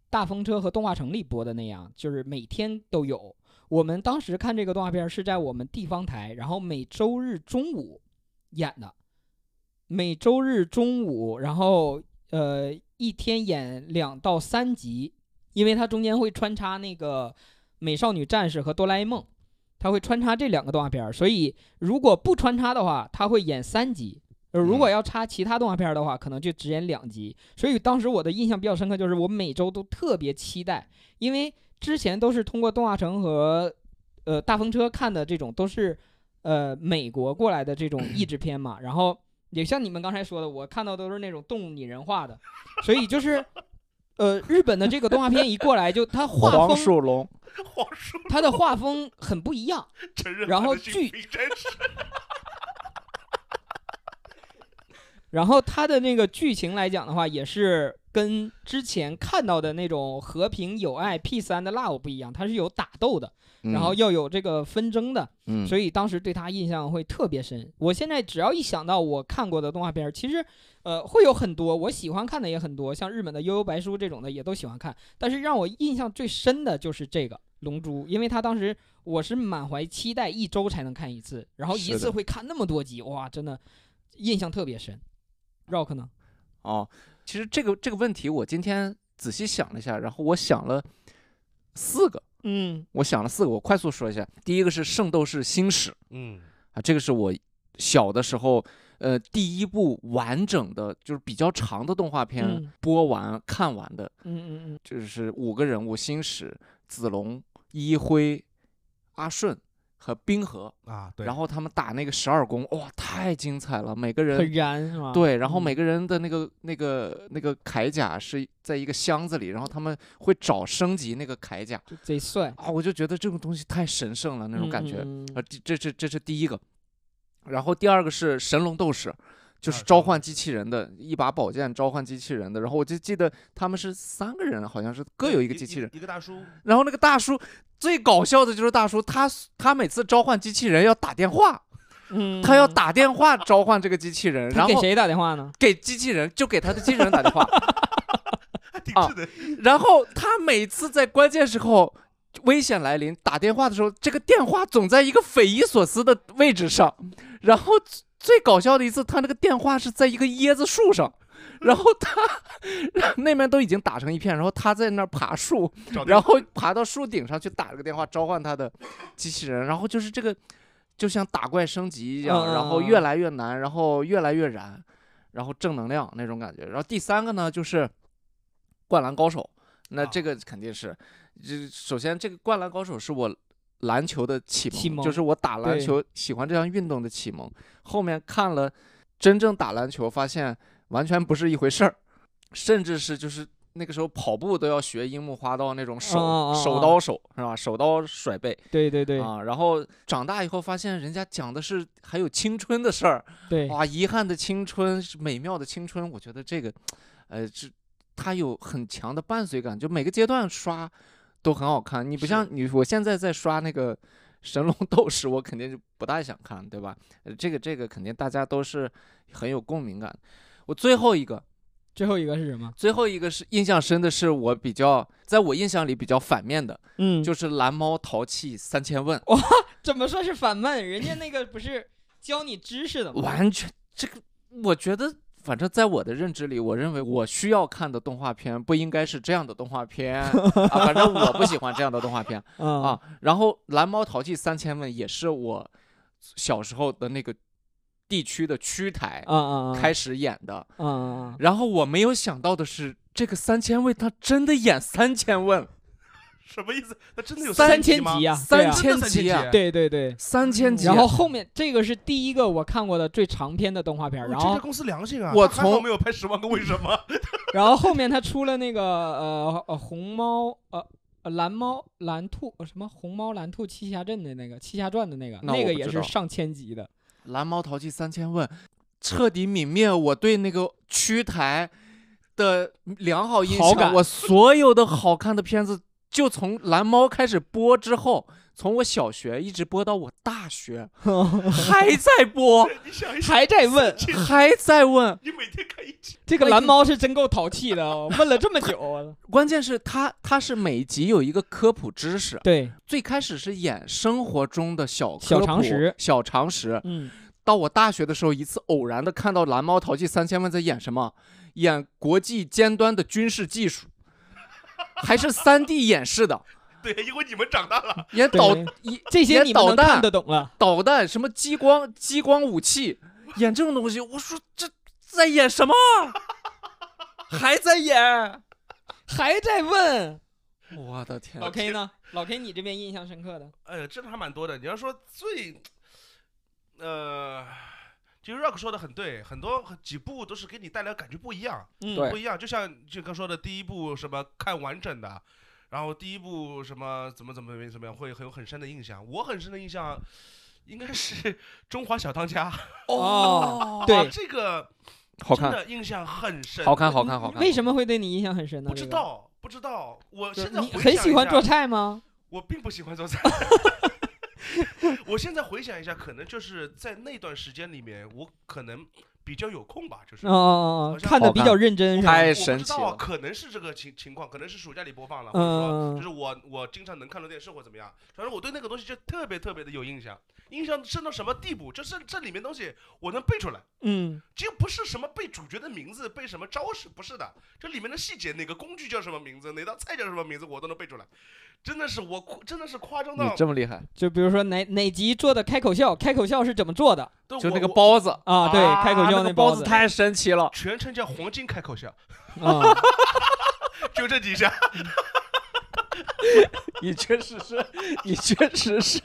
C: 大风车和动画城里播的那样，就是每天都有。我们当时看这个动画片是在我们地方台，然后每周日中午演的，每周日中午，然后呃一天演两到三集，因为它中间会穿插那个美少女战士和哆啦 A 梦，它会穿插这两个动画片儿，所以如果不穿插的话，它会演三集。呃如果要插其他动画片儿的话，可能就只演两集。所以当时我的印象比较深刻，就是我每周都特别期待，因为之前都是通过动画城和呃大风车看的这种，都是呃美国过来的这种译制片嘛。然后也像你们刚才说的，我看到都是那种动拟人化的，所以就是呃日本的这个动画片一过来就它画
B: 黄
C: 风
B: 鼠龙，
A: <laughs> 黄叔
C: 它的画风很不一样，
A: 承认，
C: 然后
A: 巨
C: 巨
A: 真是
C: 然后它的那个剧情来讲的话，也是跟之前看到的那种和平友爱 P 三的 Love 不一样，它是有打斗的，
B: 嗯
C: 然后要有这个纷争的，
B: 嗯
C: 所以当时对他印象会特别深。我现在只要一想到我看过的动画片儿，其实呃会有很多，我喜欢看的也很多，像日本的《悠悠白书》这种的也都喜欢看。但是让我印象最深的就是这个《龙珠》，因为他当时我是满怀期待，一周才能看一次，然后
B: 是
C: 一
B: 的
C: 次会看那么多集，哇，真的印象特别深。Rock 呢？
B: 哦，其实这个这个问题我今天仔细想了一下，然后我想了四个，
C: 嗯，
B: 我想了四个，我快速说一下。第一个是《圣斗士星矢》
A: <laughs> 嗯，
B: 啊，这个是我小的时候，呃，第一部完整的就是比较长的动画片
C: 嗯
B: 播完、看完的，
C: 嗯嗯嗯，
B: 就是五个人物：星矢、子龙、一辉、阿顺和冰河。
A: 啊，对，
B: 然
A: 后
B: 后他们打那个十二宫，哇，太精彩了！每个人
C: 很燃是吧？
B: 对，然后
C: 嗯
B: 每个人的那个那个那个铠甲是在一个箱子里，然后他们会找升级那个铠甲
C: 就贼帅
B: 啊，我就觉得这种东西太神圣了那种感觉啊、
C: 嗯嗯嗯
B: 这这这这是第一个，然后第二个是神龙斗士。就
A: 啊
B: 是
A: 神
B: 召
A: 龙
B: 唤机器人的一把宝剑，召唤机器人的。然后我就记得他们是三个人，好像是各有一个机器人。
A: 一个大叔，
B: 然后那个大叔最搞笑的就是大叔，他他每次召唤机器人要打电话，
C: 嗯
B: 呃他要打电话召唤这个机器人，
C: 他
B: 然
C: 给
B: 后
C: 谁打电话呢？
B: 给机器人就给他的机器人打电话，
A: <laughs> 还挺
B: 啊
A: 智 <laughs> 能。
B: 然后他每次在关键时候危险来临打电话的时候，这个电话总在一个匪夷所思的位置上。然后最最搞笑的一次，他那个电话是在一个椰子树上，然后他 <laughs> 那边都已经打成一片，然后他在那儿爬树，
A: 找
B: 然后爬到树顶上去打了个电话，召唤他的机器人，然后就是这个，就像打怪升级一样，然后
C: 嗯嗯嗯
B: 越来越难，然后越来越燃，然后正能量那种感觉。然后第三个呢，就是《灌篮高手》，那
A: 啊
B: 这个肯定是，这首先这个《灌篮高手》是我篮球的启蒙，
C: 启蒙
B: 就是我打篮
C: 对
B: 球喜欢这项运动的启蒙。后面看了真正打篮球，发现完全不是一回事儿，甚至是就是那个时候跑步都要学樱木花道那种手、
C: 啊啊啊
B: 手刀手是吧？手刀甩背
C: 对对对
B: 啊，然后长大以后发现人家讲的是还有青春的事儿，
C: 对，
B: 哇，遗憾的青春，是美妙的青春，我觉得这个，呃，这它有很强的伴随感，就每个阶段刷都很好看。你不像你，我现在在刷那个《神龙斗士》，我肯定就不大想看，对吧？呃这个这个肯定大家都是很有共鸣感。我最后一个，
C: 最后一个是什么？
B: 最后一个是印象深的是我比较，在我印象里比较反面的，
C: 嗯
B: 就是蓝猫淘气三千问，
C: 怎么说是反问？人家那个不是教你知识的吗？
B: 完全这个，我觉得，反正在我的认知里，我认为我需要看的动画片不应该是这样的动画片啊，反正我不喜欢这样的动画
C: <laughs>
B: 片
C: 嗯
B: 啊。然后《蓝猫淘气三千问》也是我小时候的那个地区的区台
C: 啊啊
B: 开始演的，
C: 啊啊！
B: 然后我没有想到的是，这个三千问他真的演三千问，
A: 什么意思？那真的有
C: 三
A: 三
C: 千
A: 吗
C: 集？啊，对
B: 三
C: 啊，
A: 真
B: 千
A: 的三
B: 集
A: 千
B: 啊
A: 集，
C: 对对对。
B: 三千集啊。
C: 然后后面这个是第一个我看过的最长篇的动画片，
A: 哦
C: 然
A: 这
C: 后
A: 家公司良心啊！
B: 我
A: 他还好
B: 从
A: 没有拍《十万个为什么》
C: <laughs>
A: <laughs>
C: 然后后面他出了那个呃呃红猫呃呃蓝猫蓝兔呃什么红猫蓝兔七侠阵的那个七侠传的那个，
B: 那
C: 那
B: 我
C: 个
B: 不
C: 也
B: 知
C: 是
B: 道
C: 上千
B: <laughs>
C: 集的。
B: 《蓝猫淘气三千问》，彻底泯灭我对那个区台的良好印
C: 好
B: 象。
C: 感
B: 我所有的好看的片子，就从《蓝猫》开始播之后，从我小学一直播到我大
C: <laughs>
B: 学，还在播，
A: 你想一想，
C: 还在问
B: 还在问。
A: 你每天看一集，
C: 这个蓝猫是真够淘气的哦，问了这么久
B: <laughs>
C: 啊。
B: 关键是它，它是每集有一个科普知识。
C: 对，
B: 最开始是演生活中的小
C: 小
B: 科
C: 常
B: 普
C: 识
B: 小常识，
C: 嗯，
B: 到我大学的时候，一次偶然的看到《蓝猫淘气三千问》在演什么，演国际尖端的军事技术，还是三 D 演示的，
A: 对，因为你们长大了，
B: 演导
C: 对
B: 一
C: 这些
B: 连
C: 你们
B: 导
C: 能
B: 弹
C: 看得懂了。
B: 导弹什么激光激光武器，演这种东西，我说这在演什么？还在演？
C: 还在问
B: 我的天
C: 老！K 呢？老 K，你这边印象深刻的？
A: 哎呀，真的还蛮多的。你要说最，呃，其实 Rock 说的很对，很多几部都是给你带来感觉不一样，
C: 嗯，
B: 对
A: 不一样。就像就刚说的，第一部什么看完整的，然后第一部什么怎么怎么怎么样，会很有很深的印象。我很深的印象应该是《中华小当家》
C: 哦
A: 啊，
C: 对，
A: 这个
B: 好
A: 真
B: 看，
A: 的印象很深，
B: 好看，好看，好看。
C: 为什么会对你印象很深呢？
A: 不知
C: 这个，
A: 道，不知道。我现在
C: 你
A: 回
C: 很
A: 想
C: 喜
A: 一
C: 欢
A: 下
C: 做菜吗？
A: 我并不喜欢做菜。 <laughs> 我现在回想一下，可能就是在那段时间里面，我可能比较有空吧，就是
C: 哦哦
A: 嗯
C: 哦
A: 好，像
C: 看的
B: 好
C: 比
B: 看
C: 较认真是吧？
B: 太
A: 我不
B: 神
A: 知
B: 奇
A: 道啊
B: 了！
A: 可能是这个情情况，可能是暑假里播放了，或者
C: 嗯
A: 说就是我我经常能看到电视或怎么样。反正我对那个东西就特别特别的有印象，印象深到什么地步？就是这里面东西我能背出来。
C: 嗯，
A: 这个不是什么背主角的名字，背什么招式，不是的，这里面的细节，哪个工具叫什么名字，哪道菜叫什么名字，我都能背出来，真的是我夸真的是夸张
B: 你
A: 到，
B: 这么厉害，
C: 就比如说哪哪集做的开口笑，开口笑是怎么做的
A: 对
B: 就
A: 我
B: 那个
A: 我
B: 包子
C: 啊？对，
A: 啊
C: 开口
B: 啊
C: 笑
B: 那个
C: 包
B: 包子太神奇了。
A: 全称叫黄金开口笑，
C: 啊，
A: 纠正你一下， <laughs>
B: 你确实是，你确实是。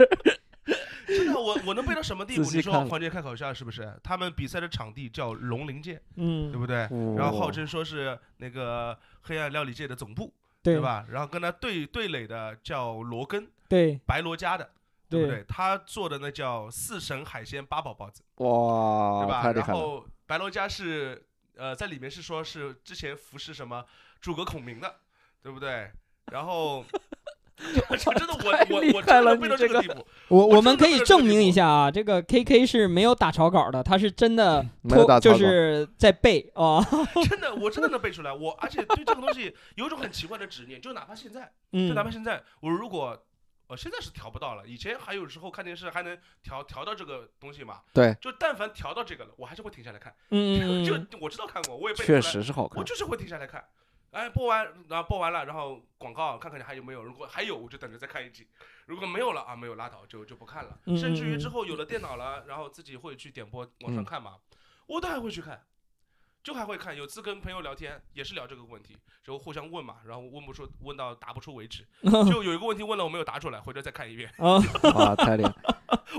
A: 真的我我能背到什么地步？
B: 仔细
A: 你说
B: 看
A: 黄金开口笑是不是？他们比赛的场地叫龙鳞界，对
C: 嗯，
A: 不对？然
B: 哦
A: 后号称说是那个黑暗料理界的总部，对
C: 对？
A: 吧？然后跟他对对垒的叫罗根，
C: 对
A: 白罗家的，对不
C: 对
A: 对？他做的那叫四神海鲜八宝包子。
B: 哇，
A: 对吧？
B: 啊太厉
A: 然
B: 害了！
A: 后白罗家是呃，在里面是
B: <laughs>
A: 说是之前服侍什么诸葛孔明的，对不对？然后这真的我
B: 太
A: 我
B: 厉
A: 我
B: 害
A: 真的
B: 了
A: 背到
B: 你
A: 这
B: 这
A: 个
B: 个
A: 地步，
C: 我
A: 我
C: 我们
A: 真的不
C: 可以
A: 是
C: 证
A: 这个
C: 明
A: 地
C: 一
A: 步
C: 下啊，这个 K K 是没有打草稿的，他是真的
F: 没有
C: 脱
F: 打草
C: 就
F: 稿
C: 是在背啊，
A: 真的我真的能背出来。
B: <laughs>
A: 我而且对这个东西有一种很奇怪的执念，就哪怕现在，就哪
C: 嗯
A: 怕现在，我如果呃现在是调不到了，以前还有时候看电视还能调调到这个东西嘛。
F: 对，
A: 就但凡调到这个了，我还是会停下来看。 <laughs>
C: 嗯，
A: 就
C: 嗯
A: 我知道看过，我也背出
B: 确
A: 来，
B: 实是好看
A: 我。就是会停下来看。哎，播完，然后播完了，然后广告看看你还有没有，如果还有，我就等着再看一集；如果没有了啊，没有拉倒，就就不看了。
C: 嗯
A: 甚至
C: 嗯
A: 于
C: 嗯
A: 之后有了电脑了，然后自己会去点播网上
B: 嗯
A: 看嘛，我都还会去看，就还会看。有次跟朋友聊天，也是聊这个问题，然后互相问嘛，然后问不出，问到答不出为止。
C: 嗯 <laughs>
B: 嗯
A: 就有一个问题问了，我没有答出来，回头再看一遍
C: 啊，
F: 啊，太厉害！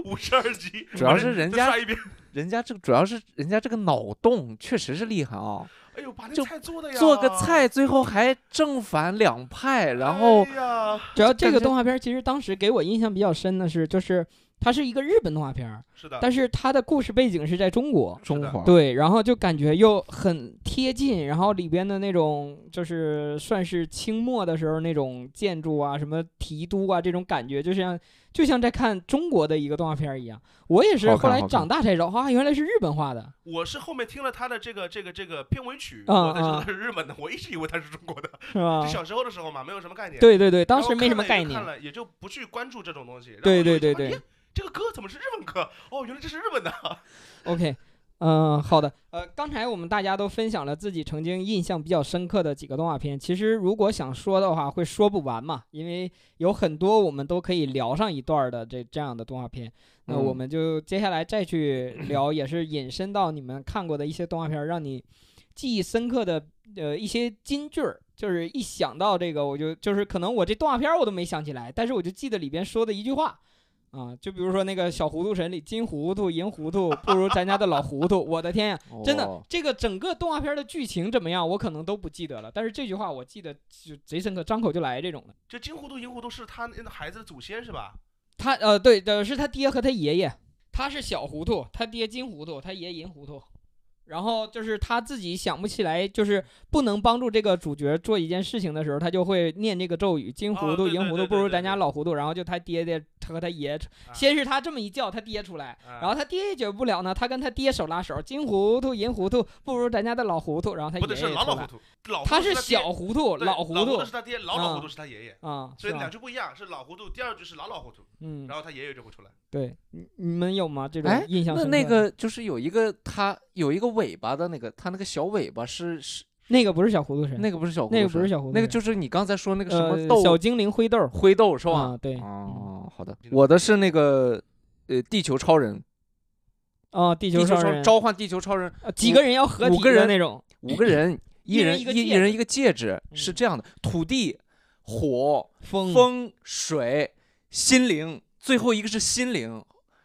A: 五十二集，
B: <laughs> 主要
A: 我
B: 是
A: 再
B: 人
A: 再
B: 家
A: 刷一遍。
B: 人家这个主要是人家这个脑洞确实是厉害啊、
A: 哎呦，把那
B: 就
A: 菜做的呀，
B: 做个菜，最后还正反两派，然后
A: 哎呀，
C: 主要这
B: 感
C: 个
B: 觉
C: 动画片其实当时给我印象比较深的是，就是它是一个日本动画片儿，
A: 是的，
C: 但是它的故事背景是在中
F: 啊
C: 国，
A: 中华
C: 对，然后就感觉又很贴近，然后里边的那种就是算是清末的时候那种建筑啊，什么提督啊这种感觉，就像就像在看中国的一个动画片儿一样。我也是
F: 好
C: 后
F: 看
C: 来
F: 好看
C: 长大才知道，啊，原来是日本画的。
A: 我是后面听了他的这个这个这个片尾曲，
C: 啊
A: 我才知道
C: 啊
A: 他是日本的，我一直以为他是中国的，
C: 是吧
A: 就？小时候的时候嘛，没有什么概念。
C: 嗯对对对，
A: 然
C: 当
A: 后
C: 时
A: 看
C: 没什么
A: 了也
C: 概
A: 就
C: 念
A: 看。了也就不去关注这种东西。然后
C: 对
A: 我就
C: 对对
A: 发现
C: 对
A: 哎这个歌怎么是日本歌？哦，原来这是日本的。
C: OK，嗯、好的。呃，刚才我们大家都分享了自己曾经印象比较深刻的几个动画片，其实如果想说的话，会说不完嘛，因为有很多我们都可以聊上一段儿的这这样的动画片。那我
B: 嗯
C: 们就接下来再去聊，也是引申到你们看过的一些动画片儿，让你记忆深刻的呃一些金句儿。就是一想到这个，我就就是可能我这动画片儿我都没想起来，但是我就记得里边说的一句话，啊，就比如说那个小糊涂神里，金糊涂、银糊涂不如咱家的老糊涂。我的天呀，真的
F: 哦，，
C: 这个整个动画片的剧情怎么样，我可能都不记得了，但是这句话我记得就贼深刻，张口就来这种的。
A: 这金糊涂银糊涂是他那个孩子的祖先是吧？
C: 他呃，对的，是他爹和他爷爷，他是小糊涂，他爹金糊涂，他爷银糊涂。然后就是他自己想不起来，就是不能帮助这个主角做一件事情的时候，他就会念这个咒语：金糊
A: 哦
C: 涂、
A: 对
C: 银
A: 对对
C: 糊涂
A: 对
C: 不如
A: 对
C: 咱家
A: 对
C: 老糊涂。然后就他爹爹，他和他爷，
A: 啊
C: 先是他这么一叫，他爹出来，
A: 啊
C: 然后他爹也解决不了呢，他跟他爹手拉手，金糊涂银糊涂不如咱家的老糊涂，然后他
A: 不
C: 爷
A: 对，
C: 爷
A: 是
C: 也
A: 老
C: 出
A: 老糊
C: 来，
A: 涂，老糊
C: 他
A: 涂是
C: 是
A: 他爹
C: 小糊涂，
A: 对
C: 老糊涂
A: 涂是他爹，老老糊涂是他爷爷，
C: 啊，
A: 所以
C: 是吧
A: 两句不一样，是老糊涂第二句是老老糊涂，
C: 嗯
A: 然，后他爷爷就会出来。
C: 对，你你们有吗？这
B: 哎
C: 种印象
B: 那
C: 深刻
B: 那
C: 的
B: 个就是有一个他有一个尾巴的那个，他那个小尾巴是是
C: 那个不是小糊涂神，
B: 那个不是小狐
C: 那个
B: 狸
C: 不是
B: 神
C: 小糊涂
B: 那个
C: 神，
B: 就是你刚才说那个什么
C: 呃
B: 豆、
C: 小精灵灰豆儿
B: 灰豆是吧
C: 啊？，对，嗯
B: 哦，好的，我的是那个呃地球超人，
C: 哦，地
B: 地
C: 球
B: 球
C: 超
B: 超
C: 人
B: 人召唤地球超人，
C: 呃几个人要合体
B: 五个
C: 的
B: 人
C: 那种，
B: 五个人 <clears throat> 一
C: 一人
B: 人
C: 一个
B: 一
C: 戒
B: 人
C: 指
B: 一个戒指，是
C: 嗯
B: 这样的，土地、火、
C: 风
B: 风、水、心灵，最后一个是心灵，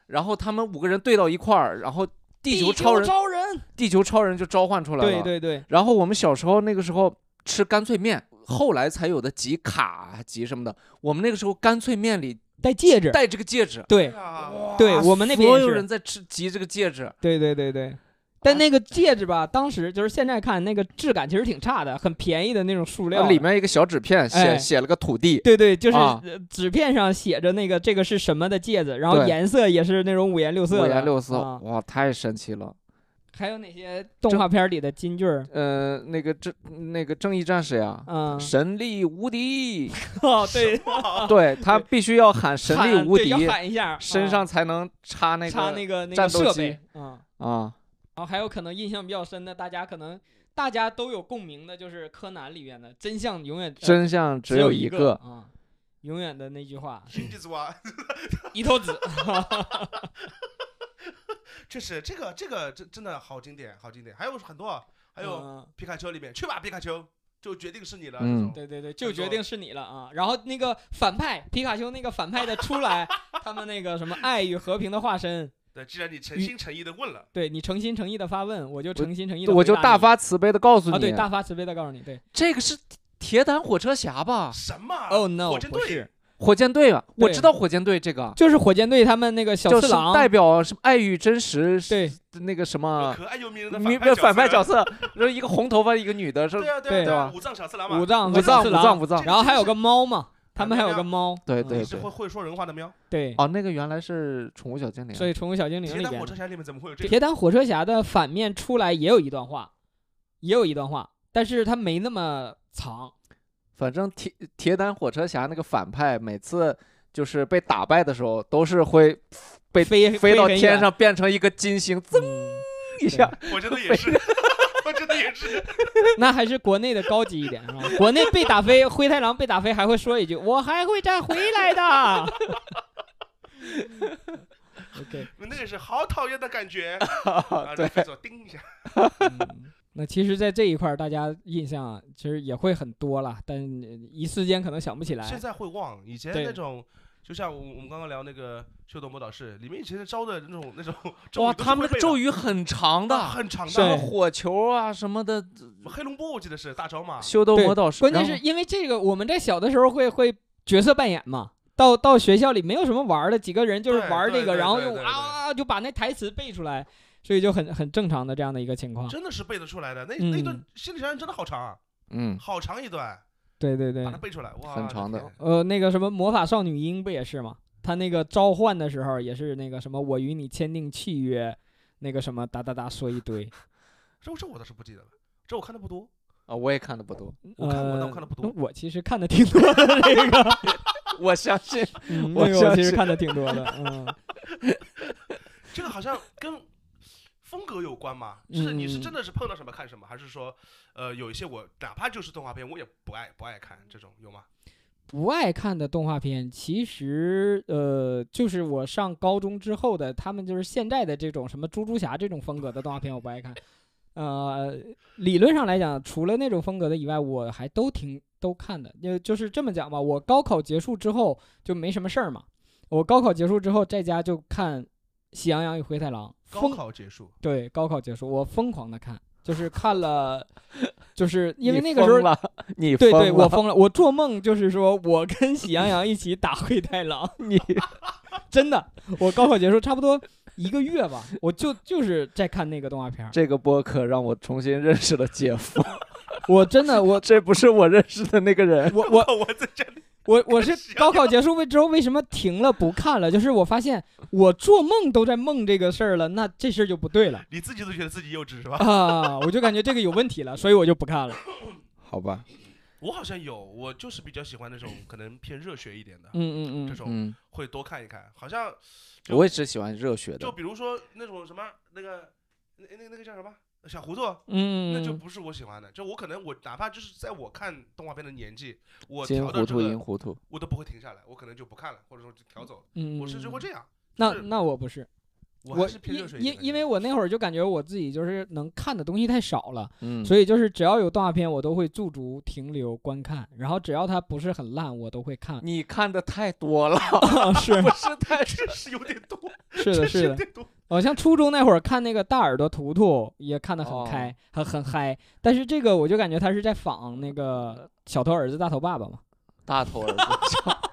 B: 然后他们五个人对到一块儿，然后地球超人，
C: 超人，
B: 地球超人就召唤出来了。
C: 对对对，
B: 然后我们小时候那个时候吃干脆面，后来才有的集卡啊集什么的。我们那个时候干脆面里
C: 戴戒指，
B: 带这个戒指，
C: 对
A: 啊，
C: 对，
B: 哇
C: 我们那边
B: 所
C: 也
B: 有
C: 是
B: 人在吃集这个戒指，
C: 对对对
B: 啊
C: 对。但那个戒指吧，当时就是现在看那个质感其实挺差的，很便宜的那种塑
B: 然
C: 料的。
B: 后啊里面一个小纸片写、
C: 哎
B: 写了个土地，
C: 对对，就是
B: 啊
C: 呃纸片上写着那个这个是什么的戒指，然后
B: 对
C: 颜色也是那种五颜六色的。
B: 五颜六色，
C: 啊
B: 哇，太神奇了。
C: 还有哪些动画片里的金句儿？
B: 呃，那个正那个正义战士呀，
C: 嗯，
B: 神力无敌，
C: 哦对，
B: 对他必须要喊 <laughs> 神力
C: 喊
B: 无
C: 对
B: 敌
C: 要，喊一下，
B: 身
C: 啊
B: 上才能插那
C: 插
B: 个
C: 那个那
B: 战
C: 个
B: 斗
C: 设
B: 机
C: 备。嗯，
B: 啊，
C: 然后还有可能印象比较深的，大家可能大家都有共鸣的，就是柯南里面的真相永远呃
B: 真相只
C: 只有
B: 一
C: 个
B: 个。
C: 啊，永远的那句话，
A: 经济组啊，
C: 一
B: <laughs>
C: 头子。
A: <laughs> 确实这个这个真真的好经典，好经典，还有很多啊，还
B: 哎
A: 有
C: 嗯
A: 皮卡丘里面去吧，皮卡丘就决定是你了。
B: 嗯
A: 这种
C: 对对对，就
A: 很
C: 决
A: 多
C: 定是你了啊！然后那个反派皮卡丘那个反派的出
A: <laughs>
C: 来，他们那个什么爱与和平的化身，
A: 对，既然你诚心诚意的问了，
C: 对你诚心诚意的发问，我就诚心诚意的
B: 我就大发慈悲的告诉你，
C: 啊，对，大发慈悲的告诉你，对
B: 这个是铁胆火车侠吧？
A: 什么啊
B: 哦
C: ，Oh no，
A: 火箭
C: 不
A: 队
C: 是，
B: 火箭队啊，
C: 对
B: 我知道火箭队这个，
C: 就是火箭队他们那个小
B: 就
C: 次
B: 是
C: 郎，
B: 代表什么爱与真实，
C: 对
B: 那个什么
A: 可爱又迷人的
B: 女呃
A: 派
B: 反派角
A: 角色，
B: 色，然后一个红头发，一个女的，是
A: 对啊
C: 对
A: 啊对啊，
B: 吧
A: 五藏小次郎嘛，
C: 武藏
B: 武
C: 和小
B: 藏
C: 次
B: 武藏
C: 郎，
B: 武藏
C: 然后还有个猫嘛，他们还有个猫，
B: 对
C: 嗯
B: 对
A: 是
B: 对
A: 会。会说人话的喵。
C: 对，
B: 哦，那个原来是宠物小精灵。
C: 所以《宠物小精灵》
A: 铁
C: 里
A: 胆
C: 边
A: 火，车侠里面怎么会有这个？
C: 铁胆火车侠的反面出来也有一段话，也有一段话，但是他没那么长。
B: 反正铁铁胆火车侠那个反派，每次就是被打败的时候，都是会被
C: 飞
B: 飞到
C: 很
B: 天
C: 远
B: 上，变成一个金星，噌
C: 嗯
B: 一下。
A: 我
B: <laughs>
A: 真的也是， <laughs> 我真的也是。
C: 那还是国内的高级一点，是吧？ <laughs> 国内被打飞，灰太狼被打飞还会说一句：“我还会再回来的。 <laughs>
E: OK，
A: 那个是好讨厌的感
B: <laughs>
A: 觉，啊，
B: 对，
A: 飞走叮一下。
C: 嗯那其实，在这一块儿，大家印象啊其实也会很多了，但一时间可能想不起
A: 现
C: 来。
A: 在会忘，以前
C: 对
A: 那种。就像我我们刚刚聊那个《修斗魔导士》，里面以前的招的那种那种咒语
B: 哇，
A: 都是
B: 他们
A: 会
B: 那个
A: 背
B: 咒
A: 的
B: 语很长
A: 啊
B: 的，
A: 很长
C: 是
B: 什么
A: 的，
B: 火球啊什么的，
A: 黑龙波我记得是大招嘛，
B: 啊修斗
C: 对
B: 魔导士。
C: 关键
B: 然后
C: 是因为这个，我们在小的时候会会角色扮演嘛，到到学校里没有什么玩儿的，几个人就是
A: 对
C: 玩儿
A: 对
C: 这个，
A: 对
C: 然后
A: 对
C: 就
A: 对
C: 啊啊啊就把那台词背出来，所以就很很正常的这样的一个情况。
A: 真的是背得出来的。那
C: 嗯
A: 那一段心理学真的好长啊，
B: 嗯，
A: 好长一段，
C: 对对对
A: 把它，背出来，哇，
B: 很长的
A: 天
C: 呃，那个什么魔法少女樱不也是吗？她那个召唤的时候也是那个什么，我与你签订契约，那个什么哒哒哒说一堆。
A: 这这我倒是不记得了，这我看的不多，
B: 啊，我也看的不多，
A: 我看我那我看
C: 呃
A: 的不多。
C: 我其实看的挺多的
A: <laughs>
C: 那个，
B: <laughs> 我相信。
C: 嗯
B: 我
C: 那个
B: 相
C: 我其实
B: 信
C: 看的挺多的，嗯，
A: 这个好像跟风格有关嘛，是你是真
C: 嗯
A: 的是碰到什么看什么，还是说，呃，有一些我哪怕就是动画片，我也不爱不爱看这种有吗？
C: 不爱看的动画片，其实呃，就是我上高中之后的，他们就是现在的这种什么猪猪侠这种风格的动画片，我不爱看。呃，理论上来讲，除了那种风格的以外，我还都挺都看的。就就是这么讲吧，我高考结束之后就没什么事儿嘛。我高考结束之后，在家就看《喜羊羊与灰太狼》，
A: 高
C: 疯
A: 考结
C: <laughs>
A: 束，
C: 对高考结束，我疯狂的看，就是看
B: <laughs>
C: 了，就是因为
B: 你
C: 那个时候
B: 疯了，你
C: 对
B: 疯
C: 对，我
B: 了
C: 疯了，我做梦就是说我跟喜羊羊一起打灰太狼，
B: 你
C: <laughs> 真的，我高考结束差不多一个月吧，我就就是在看那个动画片儿，
B: 这个播客让我重新认识了姐夫，
C: 我真
B: <laughs>
C: 的我
B: 这不是我认识的那个 <laughs> 人。
C: 我我
A: 我在这里
C: 我
A: 跟
C: 我是
A: 喜羊
C: 高考结束为之后为什么停了不看了？就是我发现我做梦都在梦这个事儿了，那这事儿就不对了
A: 你自己都觉得自己幼稚是吧？
C: 啊，我就感觉这个有问题了，所以我就不看了。
B: 好吧，
A: 我好像有，我就是比较喜欢那种可能偏热血一点的，
C: 嗯嗯
A: 这
C: 嗯，
A: 种
B: 嗯，
A: 会多看一看。好像就
B: 我也只喜欢热血
A: 就
B: 的。
A: 比如说那种什么那个那那那个叫什么小糊涂，
C: 嗯，
A: 那就不是我喜欢的。就我可能我哪怕就是在我看动画片的年纪，我
B: 金
A: 调到
B: 糊
A: 这
B: 涂银
A: 个
B: 糊涂，
A: 我都不会停下来，我可能就不看了，或者说就调走了。
C: 嗯，
A: 我甚至会这
C: 样。
A: 样。
C: 那
A: 就是
C: 那我不是，
A: 我
C: 我
A: 还是偏热血一
C: 因
A: 点
C: 因
A: 的
C: 因为我那会儿就感觉我自己就是能看的东西太少了，
B: 嗯，。
C: 所以就是只要有动画片，我都会驻足、停留、观看，然后只要它不是很烂，我都会看 <laughs>
B: 你看的太多了，
C: 啊，是
B: 不 <laughs> 是
A: <laughs>
B: 太
A: 这是有点多，
C: 是
A: 这
C: 的，
A: 是
C: 是
A: 有
C: 的。
A: 点多。
C: 我像初中那会儿看那个大耳朵图图，也看得
B: 哦
C: 很开，很很嗨。但是这个我就感觉他是在仿那个小头儿子大头爸爸嘛，
B: 大头儿子，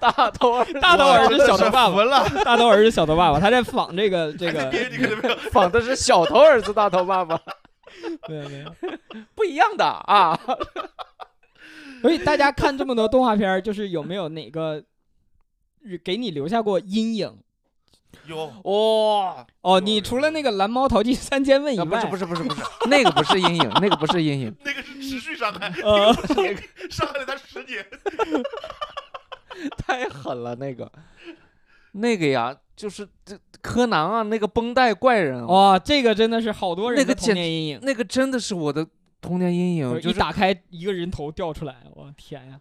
B: 大头儿子，
C: 大头儿
A: 我
C: 子
A: 真的
C: 小
A: 是
C: 头爸
A: 服
C: 爸，
A: 了，
C: <laughs> 大头儿子小头爸爸，他在仿这个这 <laughs> 个。
A: 别你看到没有？
B: 仿的是小头儿子大头爸爸，
C: 对对。
B: 不一样的啊。
C: 所以大家看这么多动画片儿，就是有没有哪个呃给你留下过阴影？
A: 有
B: 哇、
C: 哦，
A: 有
C: 你
A: 有
C: 除了那个蓝猫淘气三千问以
B: 啊
C: 外，
B: 不是不是不是不是，那个不是阴影，那个不是阴影，
A: 那个是持续伤害，
C: 呃， <laughs>
B: 那个
A: 伤害了他十年。
B: <laughs> 太狠了，那个，那个呀，就是这柯南啊，那个绷带怪人，
C: 哇，哦这个真的是好多
B: 那
C: 人
B: 个
C: 的
B: 简
C: 童年阴影，
B: 那个真的是我的童年阴影，
C: 就是
B: 就
C: 一
B: 是
C: 打开一个人头掉出来，我天呀！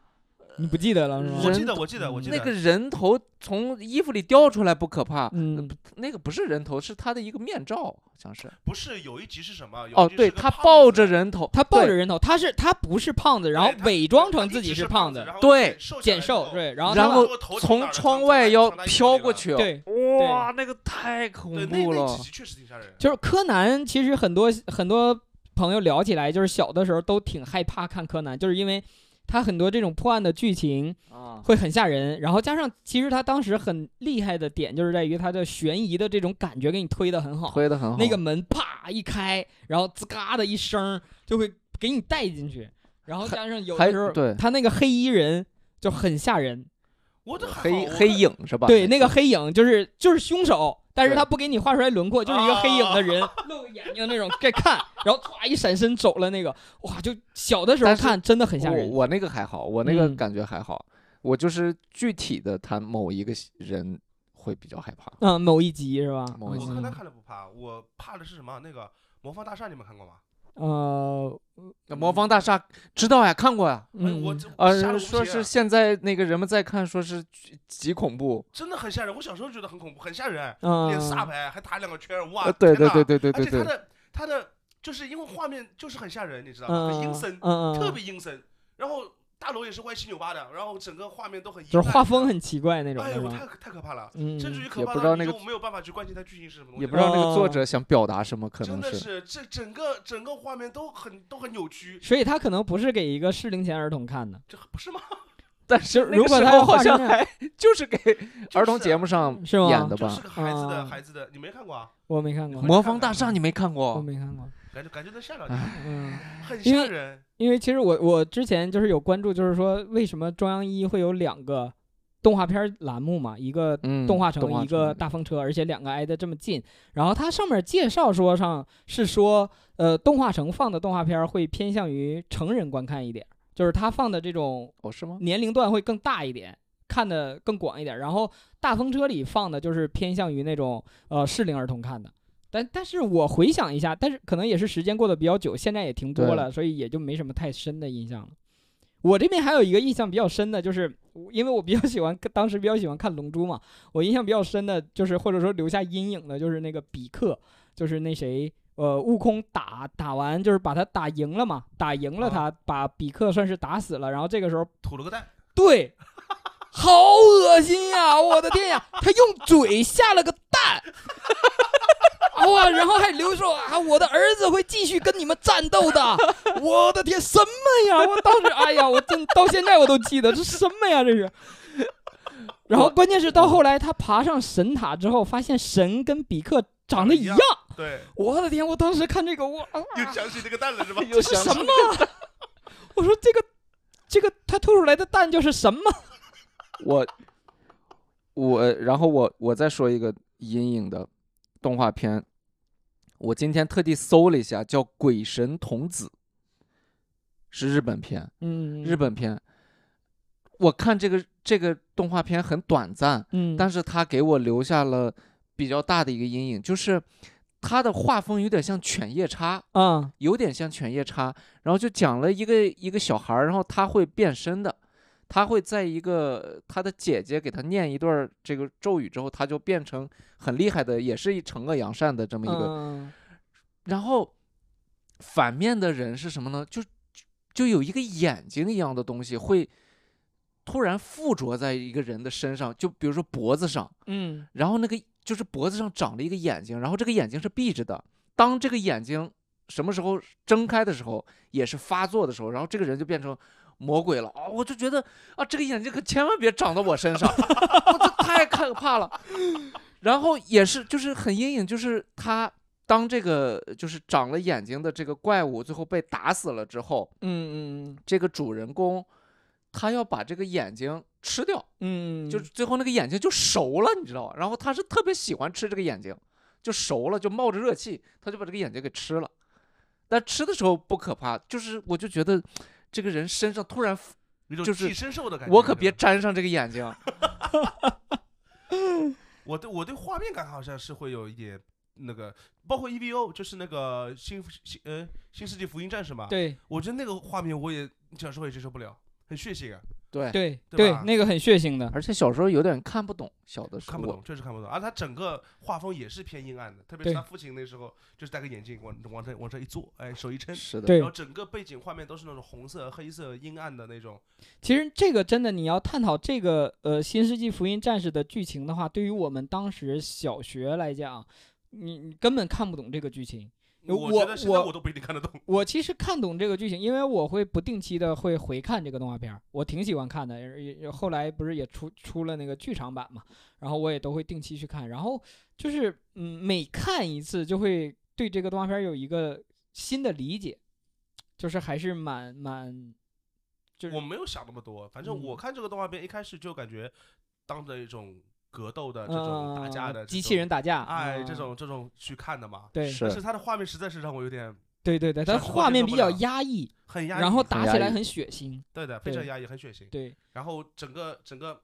C: 你不记得了是
A: 我
C: 吗？
A: 记得，我记得，我记
B: 那个
A: 得。
B: 人头从衣服里掉出来不可怕，
C: 嗯，
B: 那个呃不是人头，是他的一个面罩，好像是。
A: 不是有一集是什么？有
B: 哦，
A: 一集
B: 对
A: 是个
B: 他
A: 胖
B: 抱
A: 子
B: 着人头，
C: 他抱着
B: 对
C: 人头，他是他不是胖子，然后
A: 对他
C: 伪装成自己是胖子，
A: 然后
B: 对
A: 瘦下
C: 减
A: 来之
C: 瘦
A: 后，
C: 对，然后
B: 然
C: 他
B: 后
A: 把头从哪
B: 从
A: 儿
B: 窗
A: 藏
B: 外
A: 在
B: 要
A: 藏在衣服
B: 飘
A: 里
B: 过
A: 了
B: 去，啊
C: 对。
B: 哇，那个太
A: 对，
B: 恐
A: 那
B: 怖
A: 那
B: 了
A: 几。集确实挺吓人。
C: 就是柯南，其实很多很多朋友聊起来，就是小的时候都挺害怕看柯南，就是因为他很多这种破案的剧情
B: 啊，
C: 会很吓人，然后加上其实他当时很厉害的点就是在于他的悬疑的这种感觉给你推得很好，
B: 推的很好。
C: 那个门啪一开，然后吱嘎的一声就会给你带进去，然后加上有
B: 还
C: 的时候
B: 对
C: 他那个黑衣人就很吓人，
A: 我这还
B: 黑
A: 好
B: 黑，影是吧？
C: 对，那个黑影就是就是凶手，但是
B: 对啊
C: 他不给你画出来轮廓，就是一个黑影的人，
B: <laughs>
C: 露个眼睛那种给看，然后唰一闪身走了那个，哇，就小的时候
B: 但是
C: 看真的很吓人。
B: 我我那个还好，我那个
C: 嗯
B: 感觉还好，我就是具体的他某一个人会比较害怕。
C: 嗯，某一集是吧？
B: 某
A: 我
B: 一
A: 我
B: 集
A: 看他
C: 嗯
A: 看了不怕，我怕的是什么？那个《魔方大厦》你们看过吗？
C: 呃，
B: 那魔方大厦知道呀，看过呀。
A: 哎，
C: 嗯
A: 我这吓
B: 呃，
A: 得我不
B: 说
A: 行
B: 是现在那个人们在看，说是极极恐怖。
A: 真的很吓人，我小时候觉得很恐怖，很吓人，
C: 嗯，
A: 练煞牌还打两个圈儿，哇
B: 呃，，对
A: 天
B: 对
A: 哪
B: 对，对
A: 而
B: 对对
A: 且他
B: 对，
A: 的他的就是因为画面就是很吓人，你知道吗？
C: 嗯，
A: 很阴森，
C: 嗯，嗯
A: 特别阴森，然后大楼也是歪七扭八的，然后整个画面都很阴
C: 就
A: 暗
C: 是画
A: 你知道
C: 风很奇怪那种
A: 吗，哎
C: 的是
A: 呦，
C: 吧？
A: 太太可怕了。
C: 嗯，
A: 甚至于可
B: 也
A: 怕
B: 不
A: 到
B: 知道
A: 你
B: 那个
A: 就没有办法去关心它剧情是什么东西
B: 也
A: 了，
B: 不知道那个作
C: 哦
B: 者想表达什么，可
A: 真
B: 能
A: 的是这整个整个画面都很都很扭曲，
C: 所以他可能不是给一个适龄前儿童看的，
A: 这不是吗？
B: 但是
C: 如
B: 那个
C: 果
B: 时
C: 他
B: 候
C: 要
B: 好
C: 画
B: 像
C: 成那
B: 还就是嗯给
A: 就
B: 儿童
A: 是
B: 节目上
C: 是吗
B: 演的
A: 就
B: 吧
A: 是？个孩子的
C: 嗯
A: 孩子的，你没看过啊？
C: 我没看过，
B: 魔方大厦你没看
C: 我
B: 过？
C: 没看过。
A: 感觉感觉能吓到你，
B: 哎， <laughs>
C: 嗯，
A: 很
C: 因
A: 吓
C: 为
A: 人。
C: 因为其实我我之前就是有关注，就是说为什么中央一会有两个动画片儿栏目嘛，一个
B: 嗯，
C: 动画城，一个
B: 城
C: 大风车，而且两个挨得这么近。然后它上面介绍说上是说，呃，动画城放的动画片儿会偏向于成人观看一点儿，就是它放的这种
B: 哦是吗？
C: 年龄段会更大一点，看的更广一点。然后大风车里放的就是偏向于那种呃适龄儿童看的。但但是我回想一下，但是可能也是时间过得比较久，现在也停播
B: 对
C: 了，所以也就没什么太深的印象了。我这边还有一个印象比较深的，就是因为我比较喜欢，当时比较喜欢看《龙珠》嘛，我印象比较深的就是或者说留下阴影的就是那个比克，就是那谁，呃，悟空打打完就是把他打赢了嘛，打赢了他，把比克算是打死了，然后这个时候
A: 吐了个蛋，
C: 对，好恶心呀、我的天呀、他用嘴下了个蛋，哇！然后还留说啊，我的儿子会继续跟你们战斗的。我的天，什么呀？我当时，哎呀，我真到现在我都记得这什么呀？这是。然后关键是到后来，他爬上神塔之后，发现神跟比克长得一样。
A: 对，
C: 我的天！我当时看这个，我啊
A: 哎又想起那个蛋了是
C: <laughs>
A: 吧？
B: 又
C: 这
B: 想
C: 什么？啊我说这个，这个他吐出来的蛋就是什么？
B: 我我，然后我我再说一个阴影的动画片，我今天特地搜了一下，叫《鬼神童子》，是日本片，
C: 嗯
B: 日本片。我看这个这个动画片很短暂，
C: 嗯，
B: 但是它给我留下了比较大的一个阴影，就是它的画风有点像《犬夜叉》。
C: 啊，
B: 有点像犬夜叉，然后就讲了一个一个小孩儿，然后他会变身的，他会在一个他的姐姐给他念一段儿这个咒语之后，他就变成很厉害的，也是一惩恶扬善的这么一个。
C: 嗯
B: 然后反面的人是什么呢？就就有一个眼睛一样的东西会突然附着在一个人的身上，就比如说脖子上，
C: 嗯
B: 然后那个就是脖子上长了一个眼睛，然后这个眼睛是闭着的。当这个眼睛什么时候睁开的时候，也是发作的时候，然后这个人就变成魔鬼了啊、我就觉得啊，这个眼睛可千万别长到我身上， <laughs> 我这太可怕了。然后也是就是很阴影，就是他当这个就是长了眼睛的这个怪物最后被打死了之后，
C: 嗯
B: 这个主人公他要把这个眼睛吃掉。
C: 嗯，
B: 就是最后那个眼睛就熟了，你知道吧？然后他是特别喜欢吃这个眼睛，就熟了，就冒着热气，他就把这个眼睛给吃了。但吃的时候不可怕，就是我就觉得这个人身上突然，
A: 有种
B: 就是
A: 寄生兽的感觉。
B: 我可
A: 对
B: 别
A: 吧，
B: 沾上这个眼睛。
A: 我对我对画面感好像是会有一点那个，包括 EVO，就是那个新新呃新世纪福音战士嘛。，
C: 对
A: 我觉得那个画面我也小时候也接受不了，很血腥啊，
B: 对，
C: 对
A: 对
C: 对
A: 吧，
C: 那个很血腥的，
B: 而且小时候有点看不懂，小的时候
A: 看不懂，确实看不懂。而他整个画风也是偏阴暗的，特别是
C: 对
A: 他父亲那时候就是戴个眼镜往往这往这一坐，哎，手一
B: 我
A: 撑。
B: 是的，
C: 对
A: 然后整个背景画面都是那种红色、黑色、阴暗的那种，
C: 其实这个真的，你要探讨这个呃《新世纪福音战士》的剧情的话，对于我们当时小学来讲，你你根本看不懂这个剧情。呃
A: 我
C: 我
A: 觉得现在
C: 我
A: 我都不一定看得懂。
C: 我其实看懂这个剧情，因为我会不定期的会回看这个动画片儿，我挺喜欢看的。也也后来不是也出出了那个剧场版嘛，然后我也都会定期去看。然后就是嗯，每看一次就会对这个动画片儿有一个新的理解，就是还是蛮蛮就是
A: 我没有想那么多，反正
C: 嗯
A: 我看这个动画片一开始就感觉当着一种格斗呃的这种打架的
C: 嗯
A: 这
C: 机器人
A: 种，
C: 打架，
A: 哎，
C: 嗯
A: 这种这种去看的嘛。
C: 对
A: 但
B: 是
A: 是它的画面实在是让我有点
C: 对对对，它
A: 小时候
C: 画
A: 接
C: 面
A: 受
C: 比
A: 不
C: 较
A: 了
C: 压抑，
A: 很压抑，
C: 然后打
B: 很
C: 起
B: 压
C: 来
B: 抑
C: 很血腥，
A: 对的，非
C: 对
A: 常压抑，很血腥。
C: 对，
A: 然后整个整个，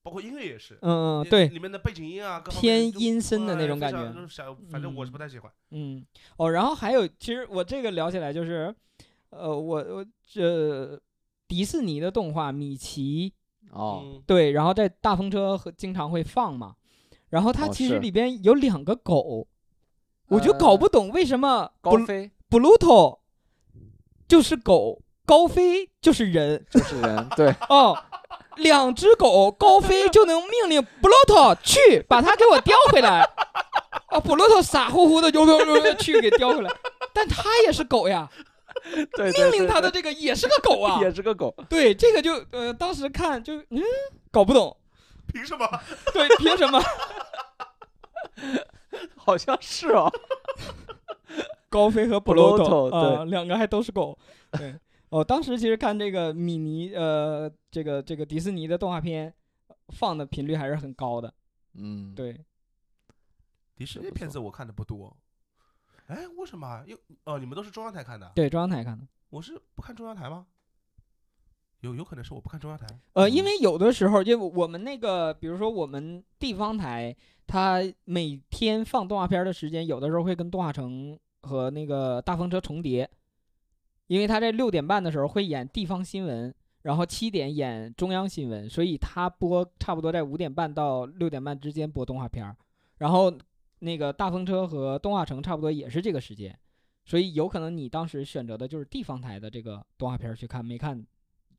A: 包括音乐也是，
C: 嗯
A: 里
C: 对，
A: 里面的背景音啊，各方
C: 偏
A: 面就
C: 阴森的那
A: 哎
C: 种
A: 非
C: 感
A: 常就
C: 觉
A: 是想，反正我是不
C: 嗯
A: 太喜欢。
C: 嗯哦，然后还有，其实我这个聊起来就是，呃，我我这迪士尼的动画米奇，
B: 哦，
A: 嗯，
C: 对，然后在大风车和经常会放嘛，然后它
B: 哦
C: 其实
B: 是
C: 里边有两个狗，我就搞
B: 呃
C: 不懂为什么
B: 高
C: Blu-
B: 飞
C: Bluto 就是狗，高飞就是人
B: 就是 <laughs> 人，对，
C: 哦。两只狗高飞就能命令 Bluto 去把它给我叼回来，啊，Bluto 傻乎乎的就去给叼回来，但它也是狗呀，
B: 对
C: 命令它的这个 <laughs> 也是个狗啊，
B: 也是个狗，
C: 对，这个就呃当时看就嗯搞不懂，
A: 凭什么？
C: 对，凭什
B: <laughs>
C: 么
B: 好像是哦，
C: 高飞和
B: Bluto，
C: 啊、两个还都是狗，对，哦，当时其实看这个米妮呃这个这个迪士尼的动画片放的频率还是很高的，
B: 嗯，
C: 对，
A: 迪士
B: 是
A: 尼
B: 不
A: 片
B: 错
A: 子我看的不多。哎，为什么啊？又哦，你们都是中央台看的？
C: 对，中央台看的。
A: 我是不看中央台吗？有有可能是我不看中央台。
C: 呃，
B: 嗯
C: 因为有的时候，就我们那个，比如说我们地方台，它每天放动画片儿的时间，有的时候会跟动画城和那个大风车重叠，因为它在六点半的时候会演地方新闻，然后七点演中央新闻，所以它播差不多在五点半到六点半之间播动画片儿，然后那个大风车和动画城差不多也是这个时间，所以有可能你当时选择的就是地方台的这个动画片儿去看，没看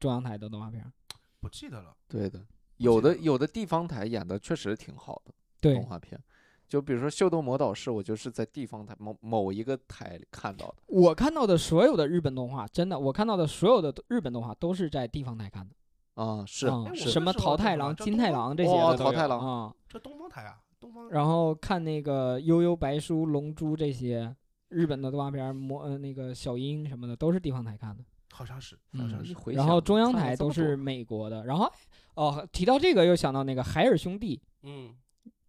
C: 中央台的动画片儿。
A: 不记得了。
B: 对的，有的
A: 记得
B: 有的地方台演的确实挺好的
C: 对，
B: 动画片，就比如说《秀逗魔导士》，我就是在地方台某某一个台里看到的。
C: 我看到的所有的日本动画，真的，我看到的所有的日本动画都是在地方台看的，
B: 啊，是
C: 啊
A: 哎我
C: 什么
A: 那时候
C: 桃太郎、
A: 叫
C: 金太郎这些
B: 哦
C: 的都有
B: 桃太郎
C: 啊、
A: 这东方台啊，东方
C: 然后看那个悠悠白书、龙珠这些日本的动画片儿，魔呃那个小樱什么的都是地方台看的，
A: 好像是，
C: 嗯
A: 好
B: 嗯
A: 像
B: 一
A: 是。
B: 回
C: 然后
B: 想
C: 中央
B: 看了
C: 台
B: 这
C: 都
B: 么多
C: 是美国的，然后哦提到这个又想到那个海尔兄弟，
A: 嗯，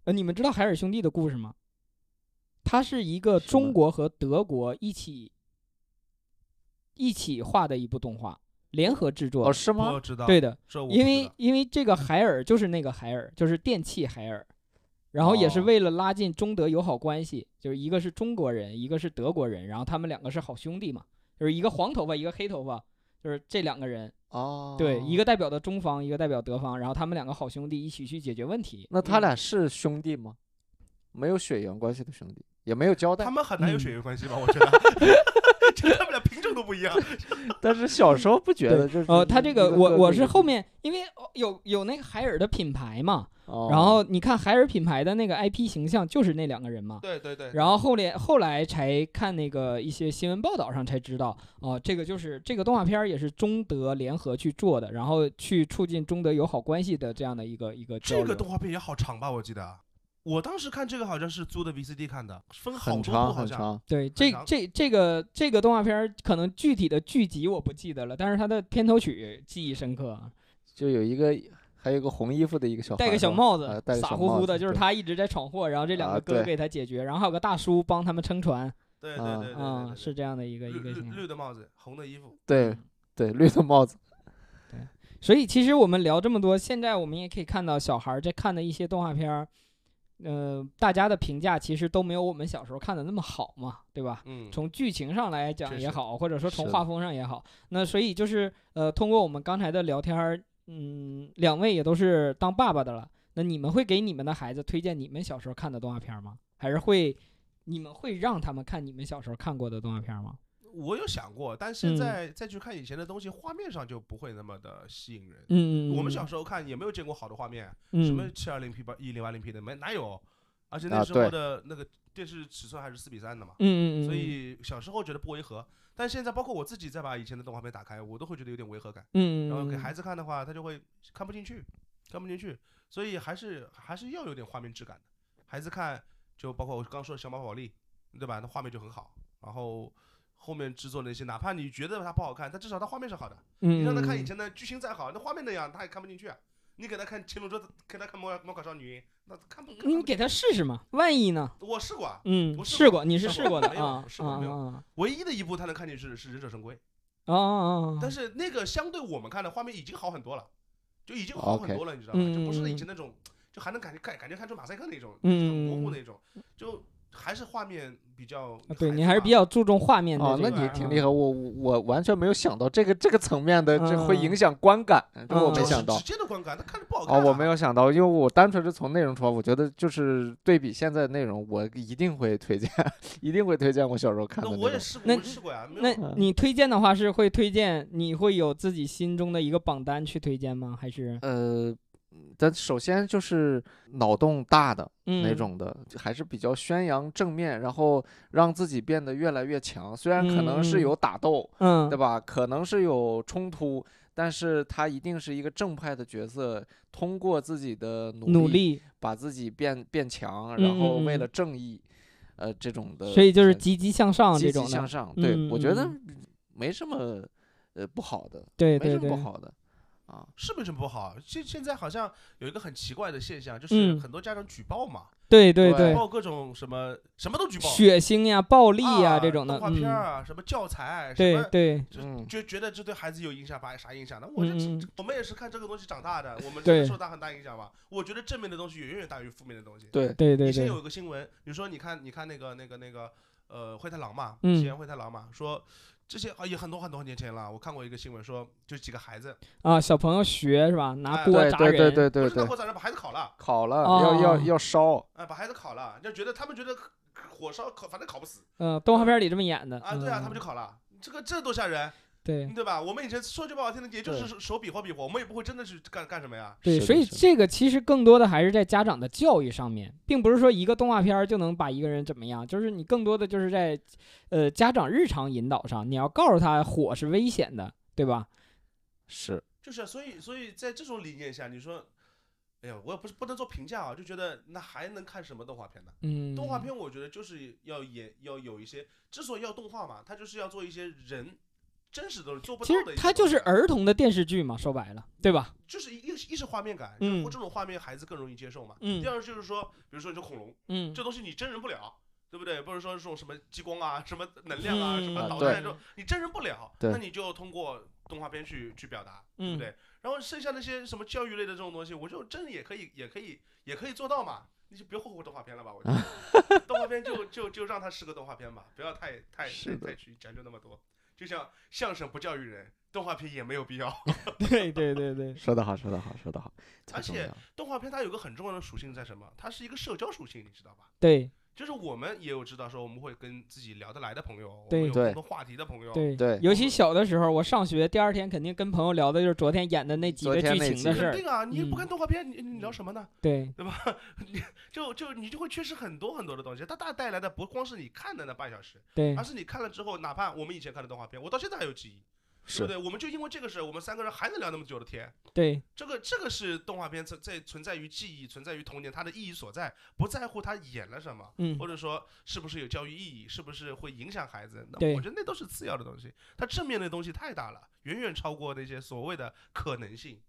C: 呃，你们知道海尔兄弟的故事吗？它是一个
B: 什么
C: 中国和德国一起一起画的一部动画，联合制作
B: 哦，
C: 的。
B: 是吗
A: 我？知道。
C: 对，的，
A: 这我不
C: 因
A: 知
C: 为
A: 道
C: 因为
B: 嗯
C: 这个海尔就是那个海尔，就是电器海尔，然后也是
B: 哦
C: 为了拉近中德友好关系，就是一个是中国人，一个是德国人，然后他们两个是好兄弟嘛，就是一个黄头发，一个黑头发，就是这两个人，
B: 哦，
C: 对，一个代表的中方，一个代表德方，然后他们两个好兄弟一起去解决问题。
B: 那他俩是兄弟吗？没有血缘关系的兄弟，也没有交代
A: 他。们很难有
C: 嗯
A: 血缘关系吧？我觉得，
C: <laughs>
A: 就他们俩品种都不一样。
B: 但是小时候不觉
C: 对
B: 得，就是
C: 呃，他这
B: 一
C: 个我
B: 个
C: 我
B: 个
C: 是
B: 有
C: 后面，因为哦有有那个海尔的品牌嘛，
B: 哦
C: 然后你看海尔品牌的那个 IP 形象就是那两个人嘛，
A: 对对对。
C: 然后后来后来才看那个一些新闻报道上才知道，哦、这个就是这个动画片儿也是中德联合去做的，然后去促进中德友好关系的这样的一个一个交
A: 这
C: 流。
A: 个动画片也好长吧？我记得，我当时看这个好像是租的 VCD 看的，分好
B: 很
A: 多部
B: 长
A: 好
B: 很
A: 像。
B: 长，
C: 对，这
A: 长
C: 这这个这个动画片儿可能具体的剧集我不记得了，但是它的片头曲记忆深刻，啊
B: 就有一个还有一个红衣服的一个小
C: 戴
B: 孩
C: 个
B: 是
C: 小
B: 吧
C: 帽子，
B: 啊戴个
C: 傻
B: 小
C: 乎
B: 帽
C: 乎
B: 子
C: 的，就是
B: 对
C: 他一直在闯祸，然后这两
B: 啊
C: 个哥
B: 对
C: 给他解决，然后还有个大叔帮他们撑船，
A: 对对
B: 啊
A: 对对对
C: 啊、
A: 对，
C: 是这样的一个
A: 绿
C: 一个
A: 绿
C: 形象。
A: 绿的帽子，红的衣服。
B: 对对绿的帽子，
C: 所以其实我们聊这么多，现在我们也可以看到小孩儿在看的一些动画片儿，呃，大家的评价其实都没有我们小时候看的那么好嘛，对吧？
A: 嗯，
C: 从剧情上来讲
A: 确
C: 也
A: 实
C: 好，或者说从
B: 是
C: 画
B: 的
C: 风上也好，那所以就是呃，通过我们刚才的聊天儿，嗯，两位也都是当爸爸的了，那你们会给你们的孩子推荐你们小时候看的动画片儿吗？还是会你们会让他们看你们小时候看过的动画片儿吗？
A: 我有想过，但
C: 嗯
A: 是在再去看以前的东西，画面上就不会那么的吸引人。
C: 嗯，
A: 我们小时候看也没有见过好的画面，什么
C: 嗯
A: 七二零 P 八一零八零 P 的没哪有，而且
B: 啊
A: 那时
B: 对
A: 候的那个电视尺寸还是四比三的嘛，
C: 嗯嗯嗯，
A: 所以小时候觉得不违和，但现在包括我自己再把以前的动画片打开，我都会觉得有点违和感。
C: 嗯，
A: 然后给孩
C: 子
A: 子看的话，他就会看不进去，看不进去，所以还是还是要有点画面质感的。孩子看就包括我刚说的小马宝莉，对吧？那画面就很好，然后后面制作那些，哪怕你觉得它不好看，但至少它画面是好的。你
B: 嗯，
A: 让他看以前的剧情再好，那画面那样他也看不进去啊。你给他看《七龙珠》，给他看魔《魔法少女樱》，那看不？看
C: 你
A: 不
C: 给他试试嘛，万一呢？
A: 我试过啊，
C: 嗯，
A: 我试
C: 试
A: 过
C: 过，你是
A: 试
C: 试
A: 过
C: 过的
A: 没有
C: 啊
A: 试
C: 啊
A: 过没有
C: 啊
A: 唯一的一部他能看进去是《忍者神龟》，
C: 啊啊！
A: 但是那个相对我们看的画面已经好很多了，就已经好很多了，你知道吗？
C: 嗯
A: 就不是
C: 嗯
A: 以前那种，就还能感觉感感觉看出马赛克那种，
C: 嗯
A: 很模糊那种，就还是画面比较
C: 啊。对你
A: 子
C: 还是
A: 化
C: 比较注重画面的
B: 哦，
C: 这
B: 那
C: 个
B: 你
A: 嗯
C: 啊
B: 挺厉害，我我我完全没有想到这个这个层面的，这会
C: 嗯
B: 影响观感，这我没
A: 就是
B: 想到
A: 直。接的观感，他看着不好看、啊
B: 哦，我没
A: 有。
B: 有想到，因为我单纯是从内容出发，我觉得就是对比现在的内容，我一定会推荐， <laughs> 一定会推荐我小时候看
A: 那
B: 的
A: 我
B: 那
A: 也
B: 种。
A: 试过，
C: 那
A: 我试过呀，没
C: 那
A: 有。
C: 你推荐的话是会推荐，你会有自己心中的一个榜单去推荐吗？还是
B: 呃，但首先就是脑洞大的那
C: 嗯
B: 种的，还是比较宣扬正面，然后让自己变得越来越强。虽然可能是
C: 嗯
B: 有打斗，
C: 嗯
B: 对吧？可能是有冲突，但是他一定是一个正派的角色，通过自己的努力
C: 努力，
B: 把自己变变强，
C: 嗯
B: 然后为
C: 嗯
B: 了正义，呃，这种的，
C: 所以就是
B: 呃
C: 积极向上
B: 积极
C: 这种
B: 向
C: 的，
B: 上。对，我觉得
C: 嗯
B: 没什么呃不好的，
C: 对
B: 没
C: 对
B: 什么
C: 对
B: 不，好的啊。
A: 是没什么不好。现现在好像有一个很奇怪的现象，就是
C: 嗯
A: 很多家长举报嘛，
C: 对对
B: 对
A: 举
C: 对，
A: 报各种什么什么都举报，
C: 血腥呀、暴力呀
A: 啊
C: 这种的
A: 动，画片
C: 嗯，
A: 啊，什么教材，什
C: 对
A: 么
C: 对
A: 就
B: 嗯
A: 就觉得这对孩子有影响吧？啥影响呢？我这
C: 嗯嗯
A: 我们也是看这个东西长大的，我们真
C: 对
A: 的受到很大影响吧？我觉得正面的东西远远大于负面的东西。
B: 对，
C: 对
A: 以
C: 对
A: 前
C: 对
A: 有，一个新闻，比如说你看你看那个那个那个呃灰太狼嘛，
C: 嗯
A: 西安灰太狼嘛，说这些啊也很多很多年前了，我看过一个新闻说，就几个孩子
C: 啊，小朋友学是吧？拿
A: 哎
C: 锅
B: 对
C: 砸
B: 对对
C: 人，
B: 对
A: 不
B: 对
A: 是大
B: 对，
A: <laughs> 火早上把孩子烤了。
B: 烤了要要
C: 哦
B: 要烧，
A: 啊，把孩子烤了，就觉得他们觉得火烧烤，反正烤不死
C: 嗯，动画片里这么演的
A: 啊，对啊，他们
C: 嗯
A: 就烤了，这个这多吓人，
C: 对
A: 对吧？我们以前说句不好听的，也就是
B: 对
A: 手手比划比划，我们也不会真的去干干什么呀。
C: 对，
B: 是
C: 所
B: 的
C: 以
B: 是的
C: 这个其实更多的还是在家长的教育上面，并不是说一个动画片儿就能把一个人怎么样，就是你更多的就是在，呃，家长日常引导上，你要告诉他火是危险的，对吧？
B: 是
A: 就是啊，所以所以在这种理念下，你说，哎呀，我也不是不能做评价啊，就觉得那还能看什么动画片呢？
C: 嗯，
A: 动画片我觉得就是要演要有一些，之所以要动画嘛，它就是要做一些人真实的做不到
C: 其
A: 的一些东
C: 实
A: 西。
C: 它就是儿童的电视剧嘛，说白了，对吧？
A: 就是一一是画面感，
C: 嗯
A: 然后这种画面孩子更容易接受嘛。
C: 嗯
A: 第二就是说，比如说你说恐龙。
C: 嗯，
A: 这东西你真人不了，对不对？不是说这种什么激光啊、什么能量啊、
C: 嗯
A: 什
C: 啊
A: 么导
B: 对
A: 弹这种，你真人不了，
B: 对
A: 那你就通过动画片去去表达，对
C: 嗯
A: 不对？然后剩下那些什么教育类的这种东西，我就真的也可以，也可以，也可以做到嘛。你就别霍霍动画片了吧，我觉得动画片就就就让它是个动画片吧，不要太太
B: 是
A: 太
B: 的
A: 太去讲究那么多。就像相声不教育人，动画片也没有必要。 <laughs>
C: 对对对对，
B: 说得好，说得好，说得好，太
A: 而
B: 重
A: 且
B: 要了
A: 动画片它有个很重要的属性在什么？它是一个社交属性，你知道吧？
C: 对
A: 就是我们也有知道说我们会跟自己聊得来的朋友，
C: 对
A: 我们有
B: 对
A: 共同话题的朋友，
C: 对
B: 对
C: 尤其小的时候，我上学第二天肯定跟朋友聊的就是昨天演的那集
B: 昨
C: 的
B: 天
C: 剧
B: 那
C: 情
B: 集
C: 的事
A: 肯
C: 儿，
A: 定啊，你也不
C: 嗯
A: 看动画片，你你聊什么呢？
C: 对
A: 对吧？你就就你就会缺失很多很多的东西，它它带来的不光是你看的那半小时，
B: 嗯
C: 对
A: 而是你看了之后，哪怕我们以前看的动画片，我到现在还有记忆，对不
B: 是
A: 对？我们就因为这个事，我们三个人还能聊那么久的天。
C: 对
A: 这个这个是动画片存在存在于记忆，存在于童年，它的意义所在，不在乎它演了什么，
C: 嗯
A: 或者说是不是有教育意义，是不是会影响孩子？那
C: 对
A: 我觉得那都是次要的东西，它正面的东西太大了，远远超过那些所谓的可能性。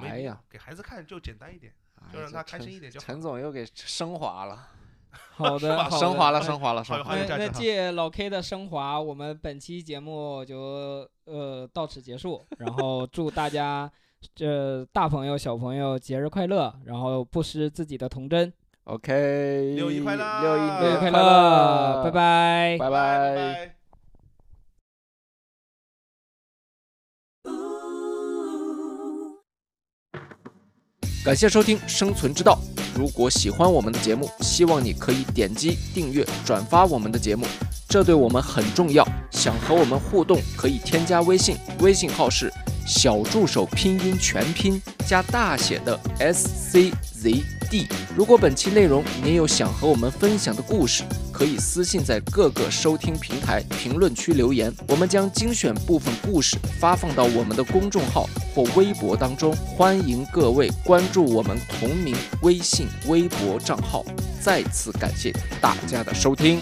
A: 没
B: 哎
A: 必要
B: 呀，，
A: 给孩子看就简单一点，
B: 哎
A: 就让
B: 这
A: 他开
B: 陈
A: 心一点就好。
B: 陈总又给升华了，
A: <laughs>
C: 好的好的
B: 升华了，
C: 哎
B: 升华了，
A: 好
B: 升
A: 有
B: 华
A: 好
B: 了
A: 有
C: 那
A: 价值
C: 那
A: 哈
C: 借老 K 的升华，我们本期节目就呃到此结束，然
A: <laughs>
C: 后祝大家这大朋友小朋友节日快乐，然后不失自己的童真，
B: ，OK，
A: 六一快乐
B: 六一
A: 啊
C: 节
B: 年
C: 日快
B: 乐，
C: 乐，拜拜。
A: 拜
B: 拜拜。
A: 拜。
B: 感谢收听《生存之道》。如果喜欢我们的节目，希望你可以点击订阅、转发我们的节目，这对我们很重要。想和我们互动，可以添加微信，微信号是小助手拼音全拼加大写的 S C Z D。如果本期内容你有想和我们分享的故事，可以私信在各个收听平台评论区留言，我们将精选部分故事发放到我们的公众号或微博当中。欢迎各位关注我们同名微信、微博账号。再次感谢大家的收听。